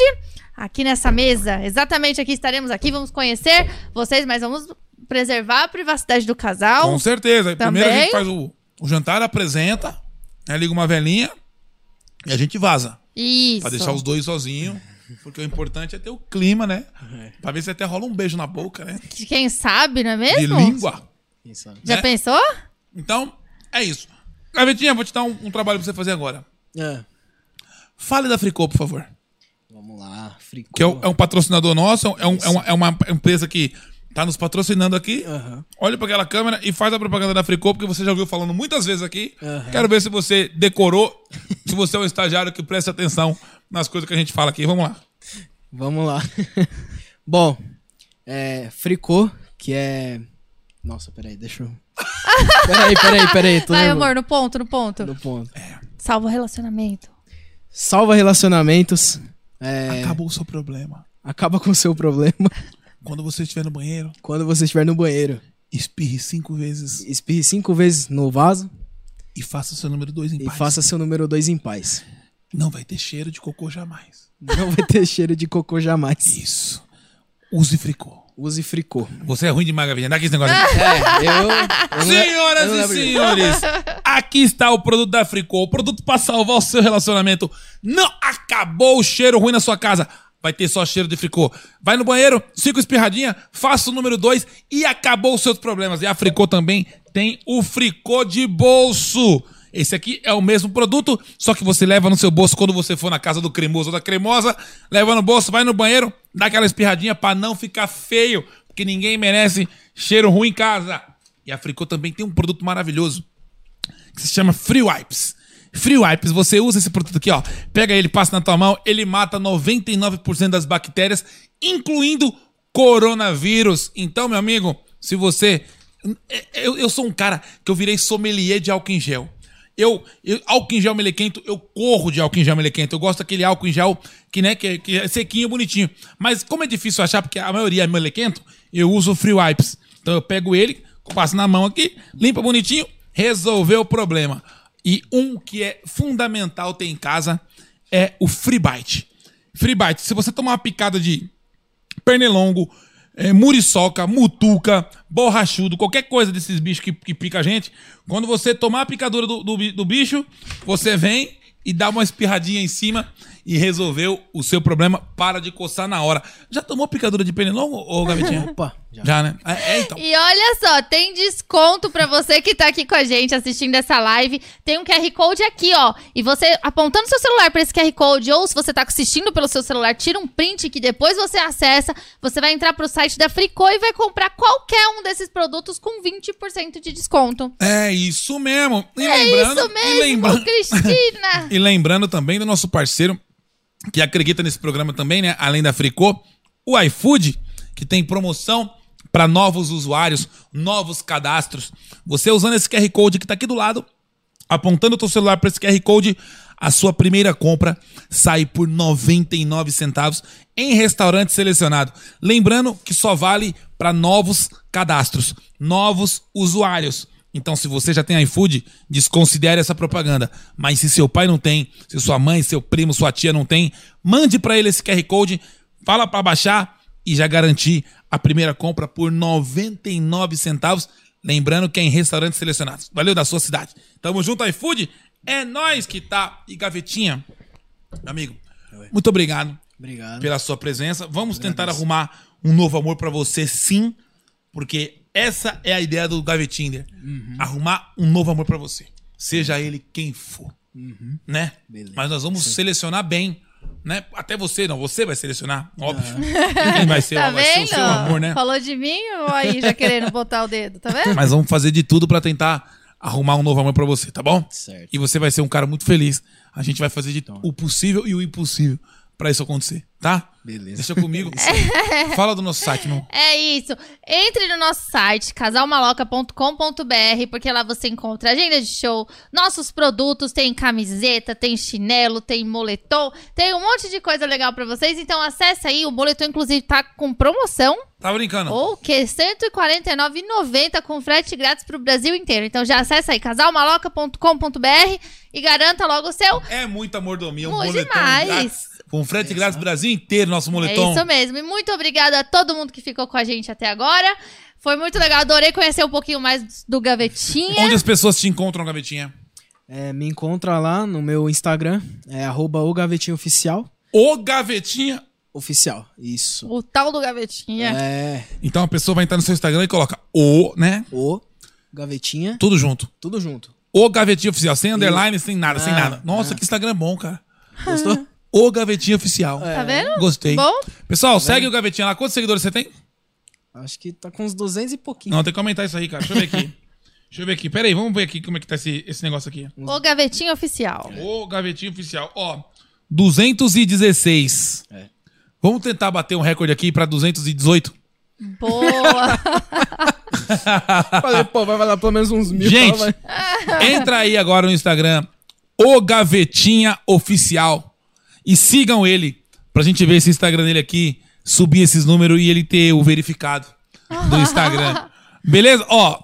Speaker 1: Aqui nessa mesa, exatamente aqui estaremos aqui, vamos conhecer vocês, mas vamos preservar a privacidade do casal.
Speaker 4: Então,
Speaker 2: Com certeza. Primeiro a
Speaker 1: Também.
Speaker 2: gente faz o, o jantar, apresenta, né, liga uma velhinha e a gente vaza.
Speaker 1: Isso.
Speaker 2: Pra deixar os dois sozinhos. Porque o importante é ter o clima, né?
Speaker 4: É.
Speaker 2: Pra ver se até rola um beijo na boca, né?
Speaker 1: De Quem sabe, não é mesmo?
Speaker 2: De língua.
Speaker 1: Já
Speaker 2: né?
Speaker 1: pensou?
Speaker 2: Então, é isso. Gavetinha, vou te dar um, um trabalho pra você fazer agora.
Speaker 4: É.
Speaker 2: Fale da Fricô, por favor.
Speaker 4: Vamos lá, fricô.
Speaker 2: Que é um, é um patrocinador nosso, é, um- é uma, é uma empresa que tá nos patrocinando aqui. Olha pra aquela câmera e faz a propaganda da Fricô, porque você já ouviu falando muitas vezes aqui.
Speaker 4: Aham.
Speaker 2: Quero ver se você decorou, se você é um estagiário que presta atenção nas coisas que a gente fala aqui. Vamos lá.
Speaker 4: Vamos lá. Bom, é. Fricô, que é. Nossa, peraí, deixa eu. Peraí, peraí, peraí. tô
Speaker 1: Vai,
Speaker 4: nervoso.
Speaker 1: amor, no ponto, no ponto.
Speaker 4: No ponto.
Speaker 1: Salva relacionamento.
Speaker 4: Salva relacionamentos. É,
Speaker 11: Acabou o seu problema.
Speaker 4: Acaba com o seu problema.
Speaker 11: Quando você estiver no banheiro,
Speaker 4: Quando você estiver no banheiro.
Speaker 11: espirre cinco vezes
Speaker 4: Espirre cinco vezes no vaso
Speaker 11: e faça seu número dois em
Speaker 4: e
Speaker 11: paz.
Speaker 4: faça seu número dois em paz.
Speaker 11: Não vai ter cheiro de cocô jamais.
Speaker 4: Não vai ter cheiro de cocô jamais. Isso.
Speaker 11: Use fricô.
Speaker 4: Use fricô.
Speaker 2: Você é ruim demais, Gavião. Dá aqui esse negócio.
Speaker 4: É, eu. eu não-
Speaker 2: Senhoras
Speaker 4: eu não
Speaker 2: e
Speaker 4: lembro disso.
Speaker 2: senhores, aqui está o produto da Fricô. O produto para salvar o seu relacionamento. Não acabou o cheiro ruim na sua casa. Vai ter só cheiro de fricô. Vai no banheiro, cinco espirradinha, faça o número dois e acabou os seus problemas. E a Fricô também tem o fricô de bolso. Esse aqui é o mesmo produto, só que você leva no seu bolso quando você for na casa do cremoso ou da cremosa. Leva no bolso, vai no banheiro, dá aquela espirradinha para não ficar feio, porque ninguém merece cheiro ruim em casa. E a Fricô também tem um produto maravilhoso que se chama Free Wipes. Free Wipes, você usa esse produto aqui, ó. Pega ele, passa na tua mão, ele mata 99% das bactérias, incluindo coronavírus. Então, meu amigo, se você. Eu, eu sou um cara que eu virei sommelier de álcool em gel. Eu, eu, álcool em gel melequento, eu corro de álcool em gel melequento. Eu gosto daquele álcool em gel que, né, que, que é sequinho, bonitinho. Mas como é difícil achar, porque a maioria é melequento, eu uso o Free Wipes. Então eu pego ele, passo na mão aqui, limpa bonitinho, resolveu o problema. E um que é fundamental ter em casa é o Free Bite. Free Bite, se você tomar uma picada de pernilongo, é, muriçoca, mutuca, borrachudo, qualquer coisa desses bichos que, que pica a gente, quando você tomar a picadura do, do, bi- do bicho, você vem e dá uma espirradinha em cima e resolveu o seu problema. Para de coçar na hora. Já tomou picadura de pernilongo, ô Gavetinha?
Speaker 4: Opa,
Speaker 2: já. né? É, é, então.
Speaker 1: E olha só, tem desconto pra você que tá aqui com a gente assistindo essa live. Tem um QR Code aqui, ó. E você apontando seu celular pra esse QR Code, ou se você tá assistindo pelo seu celular, tira um print que depois você acessa. Você vai entrar pro site da Fricô e vai comprar qualquer um desses produtos com 20% de desconto.
Speaker 2: É isso mesmo. E
Speaker 1: é
Speaker 2: lembrando,
Speaker 1: isso
Speaker 2: e lembrando,
Speaker 1: mesmo, Cristina!
Speaker 2: E lembrando também do nosso parceiro que acredita nesse programa também, né? Além da Fricô, o iFood, que tem promoção para novos usuários, novos cadastros. Você usando esse QR Code que tá aqui do lado, apontando o teu celular para esse QR Code, a sua primeira compra sai por 99 centavos em restaurante selecionado. Lembrando que só vale para novos cadastros, novos usuários. Então, se você já tem iFood, desconsidere essa propaganda. Mas se seu pai não tem, se sua mãe, seu primo, sua tia não tem, mande para ele esse QR Code, fala para baixar e já garantir a primeira compra por 99 centavos. Lembrando que é em restaurantes selecionados. Valeu da sua cidade. Tamo junto, iFood. É nós que tá. E Gavetinha, meu amigo, muito obrigado
Speaker 4: Obrigado.
Speaker 2: pela sua presença. Vamos tentar arrumar um novo amor pra você, sim, porque essa é a ideia do Gavetinder. Arrumar um novo amor pra você. Seja ele quem for, né? Mas nós vamos selecionar bem, né? Até você, não, você vai selecionar, óbvio. Quem vai ser,
Speaker 1: tá
Speaker 2: vai ser
Speaker 1: vendo?
Speaker 2: o seu amor, né?
Speaker 1: Falou de mim ou aí já querendo botar o dedo, tá vendo?
Speaker 2: Mas vamos fazer de tudo pra tentar arrumar um novo amor pra você, tá bom?
Speaker 4: Certo.
Speaker 2: E você vai ser um cara muito feliz. A gente vai fazer de o possível e o impossível pra isso acontecer, tá?
Speaker 4: Beleza.
Speaker 2: Deixa comigo. Fala do nosso site, não.
Speaker 1: É isso. Entre no nosso site, casalmaloca.com.br, porque lá você encontra agenda de show, nossos produtos, tem camiseta, tem chinelo, tem moletom, tem um monte de coisa legal pra vocês. Então acessa aí, o moletom inclusive tá com promoção.
Speaker 2: Tá brincando?
Speaker 1: Ou que R$ 149,90 com frete grátis pro Brasil inteiro. Então já acessa aí casalmaloca.com.br e garanta logo o seu.
Speaker 2: É muita mordomia, um
Speaker 1: Muito
Speaker 2: moletom
Speaker 1: demais.
Speaker 2: grátis. Com frete grátis Brasil inteiro, nosso moletom.
Speaker 1: É isso mesmo. E muito obrigada a todo mundo que ficou com a gente até agora. Foi muito legal, adorei conhecer um pouquinho mais do Gavetinha.
Speaker 2: Onde as pessoas te encontram, Gavetinha?
Speaker 4: É, me encontra lá no meu Instagram, é arroba o Gavetinho Oficial.
Speaker 2: O Gavetinha
Speaker 4: Oficial, isso.
Speaker 1: O tal do Gavetinha.
Speaker 4: É,
Speaker 2: Então a pessoa vai entrar no seu Instagram e coloca o, né?
Speaker 4: O. Gavetinha,
Speaker 2: Tudo junto.
Speaker 4: tudo junto.
Speaker 2: O Gavetinha Oficial, sem underline, sem nada, sem
Speaker 4: Ah,
Speaker 2: nada. Nossa, que Instagram bom, cara.
Speaker 4: Gostou? É.
Speaker 2: O Gavetinha Oficial.
Speaker 1: Tá vendo?
Speaker 2: Gostei.
Speaker 1: Bom?
Speaker 4: Tá
Speaker 2: Pessoal, segue o Gavetinha lá. Quantos seguidores você tem?
Speaker 4: Acho que tá com uns 200 e pouquinho.
Speaker 2: Não, tem que aumentar isso aí, cara. Deixa eu ver aqui. Deixa eu ver aqui. Pera aí, vamos ver aqui como é que tá esse, esse negócio aqui.
Speaker 1: O Gavetinha Oficial.
Speaker 2: O Gavetinha Oficial, ó. 216.
Speaker 1: É.
Speaker 2: Vamos tentar bater um recorde aqui pra 218.
Speaker 1: Boa!
Speaker 4: Falei, pô, vai lá pelo menos uns mil.
Speaker 2: tá. Gente,
Speaker 4: vai-
Speaker 2: entra aí agora no Instagram, o Gavetinha Oficial. E sigam ele, pra gente ver esse Instagram dele aqui, subir esses números e ele ter o verificado do Instagram. Beleza? Ó,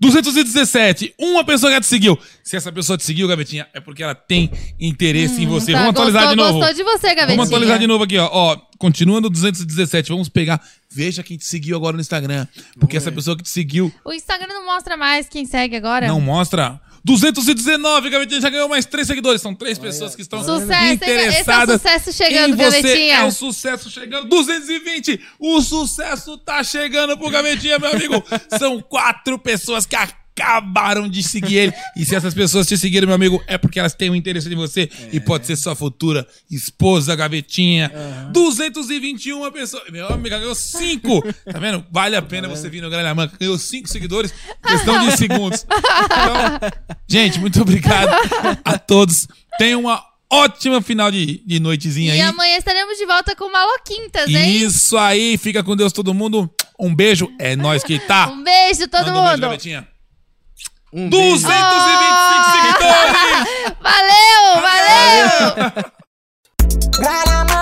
Speaker 2: 217. Uma pessoa já te seguiu. Se essa pessoa te seguiu, Gavetinha, é porque ela tem interesse em você.
Speaker 1: Tá,
Speaker 2: Vamos atualizar
Speaker 1: gostou,
Speaker 2: de novo.
Speaker 1: Gostou de você, Gavetinha.
Speaker 2: Vamos atualizar de novo aqui, ó. ó. Continuando 217, vamos pegar. Veja quem te seguiu agora no Instagram. Porque essa pessoa que te seguiu
Speaker 1: O Instagram não mostra mais quem segue agora.
Speaker 2: não mostra. 219, Gavetinha já ganhou mais três seguidores. São três pessoas que estão
Speaker 1: Sucesso, hein? Esse é o
Speaker 2: interessadas.
Speaker 1: sucesso chegando,
Speaker 2: em você.
Speaker 1: Gavetinha.
Speaker 2: É o sucesso chegando. 220, o sucesso tá chegando pro Gavetinha, meu amigo. São quatro pessoas que acabaram de seguir ele. E se essas pessoas te seguirem, meu amigo, é porque elas têm um interesse em você e pode ser sua futura esposa, Gavetinha. 221 pessoas. um Meu amigo, ganhou cinco. Tá vendo? Vale a pena você vir no Gralha Manca. Ganhou cinco seguidores, em questão de segundos. Gente, muito obrigado a todos. Tenham uma ótima final de, de noitezinha aí.
Speaker 1: E amanhã estaremos de volta com Maloquintas, hein?
Speaker 2: Isso aí, fica com Deus todo mundo. Um beijo, é nós que tá.
Speaker 1: Um beijo, todo
Speaker 2: Manda um beijo,
Speaker 1: mundo.
Speaker 2: Gavetinha.
Speaker 4: um
Speaker 2: 225 seguidores!
Speaker 1: valeu, valeu!
Speaker 8: Gralha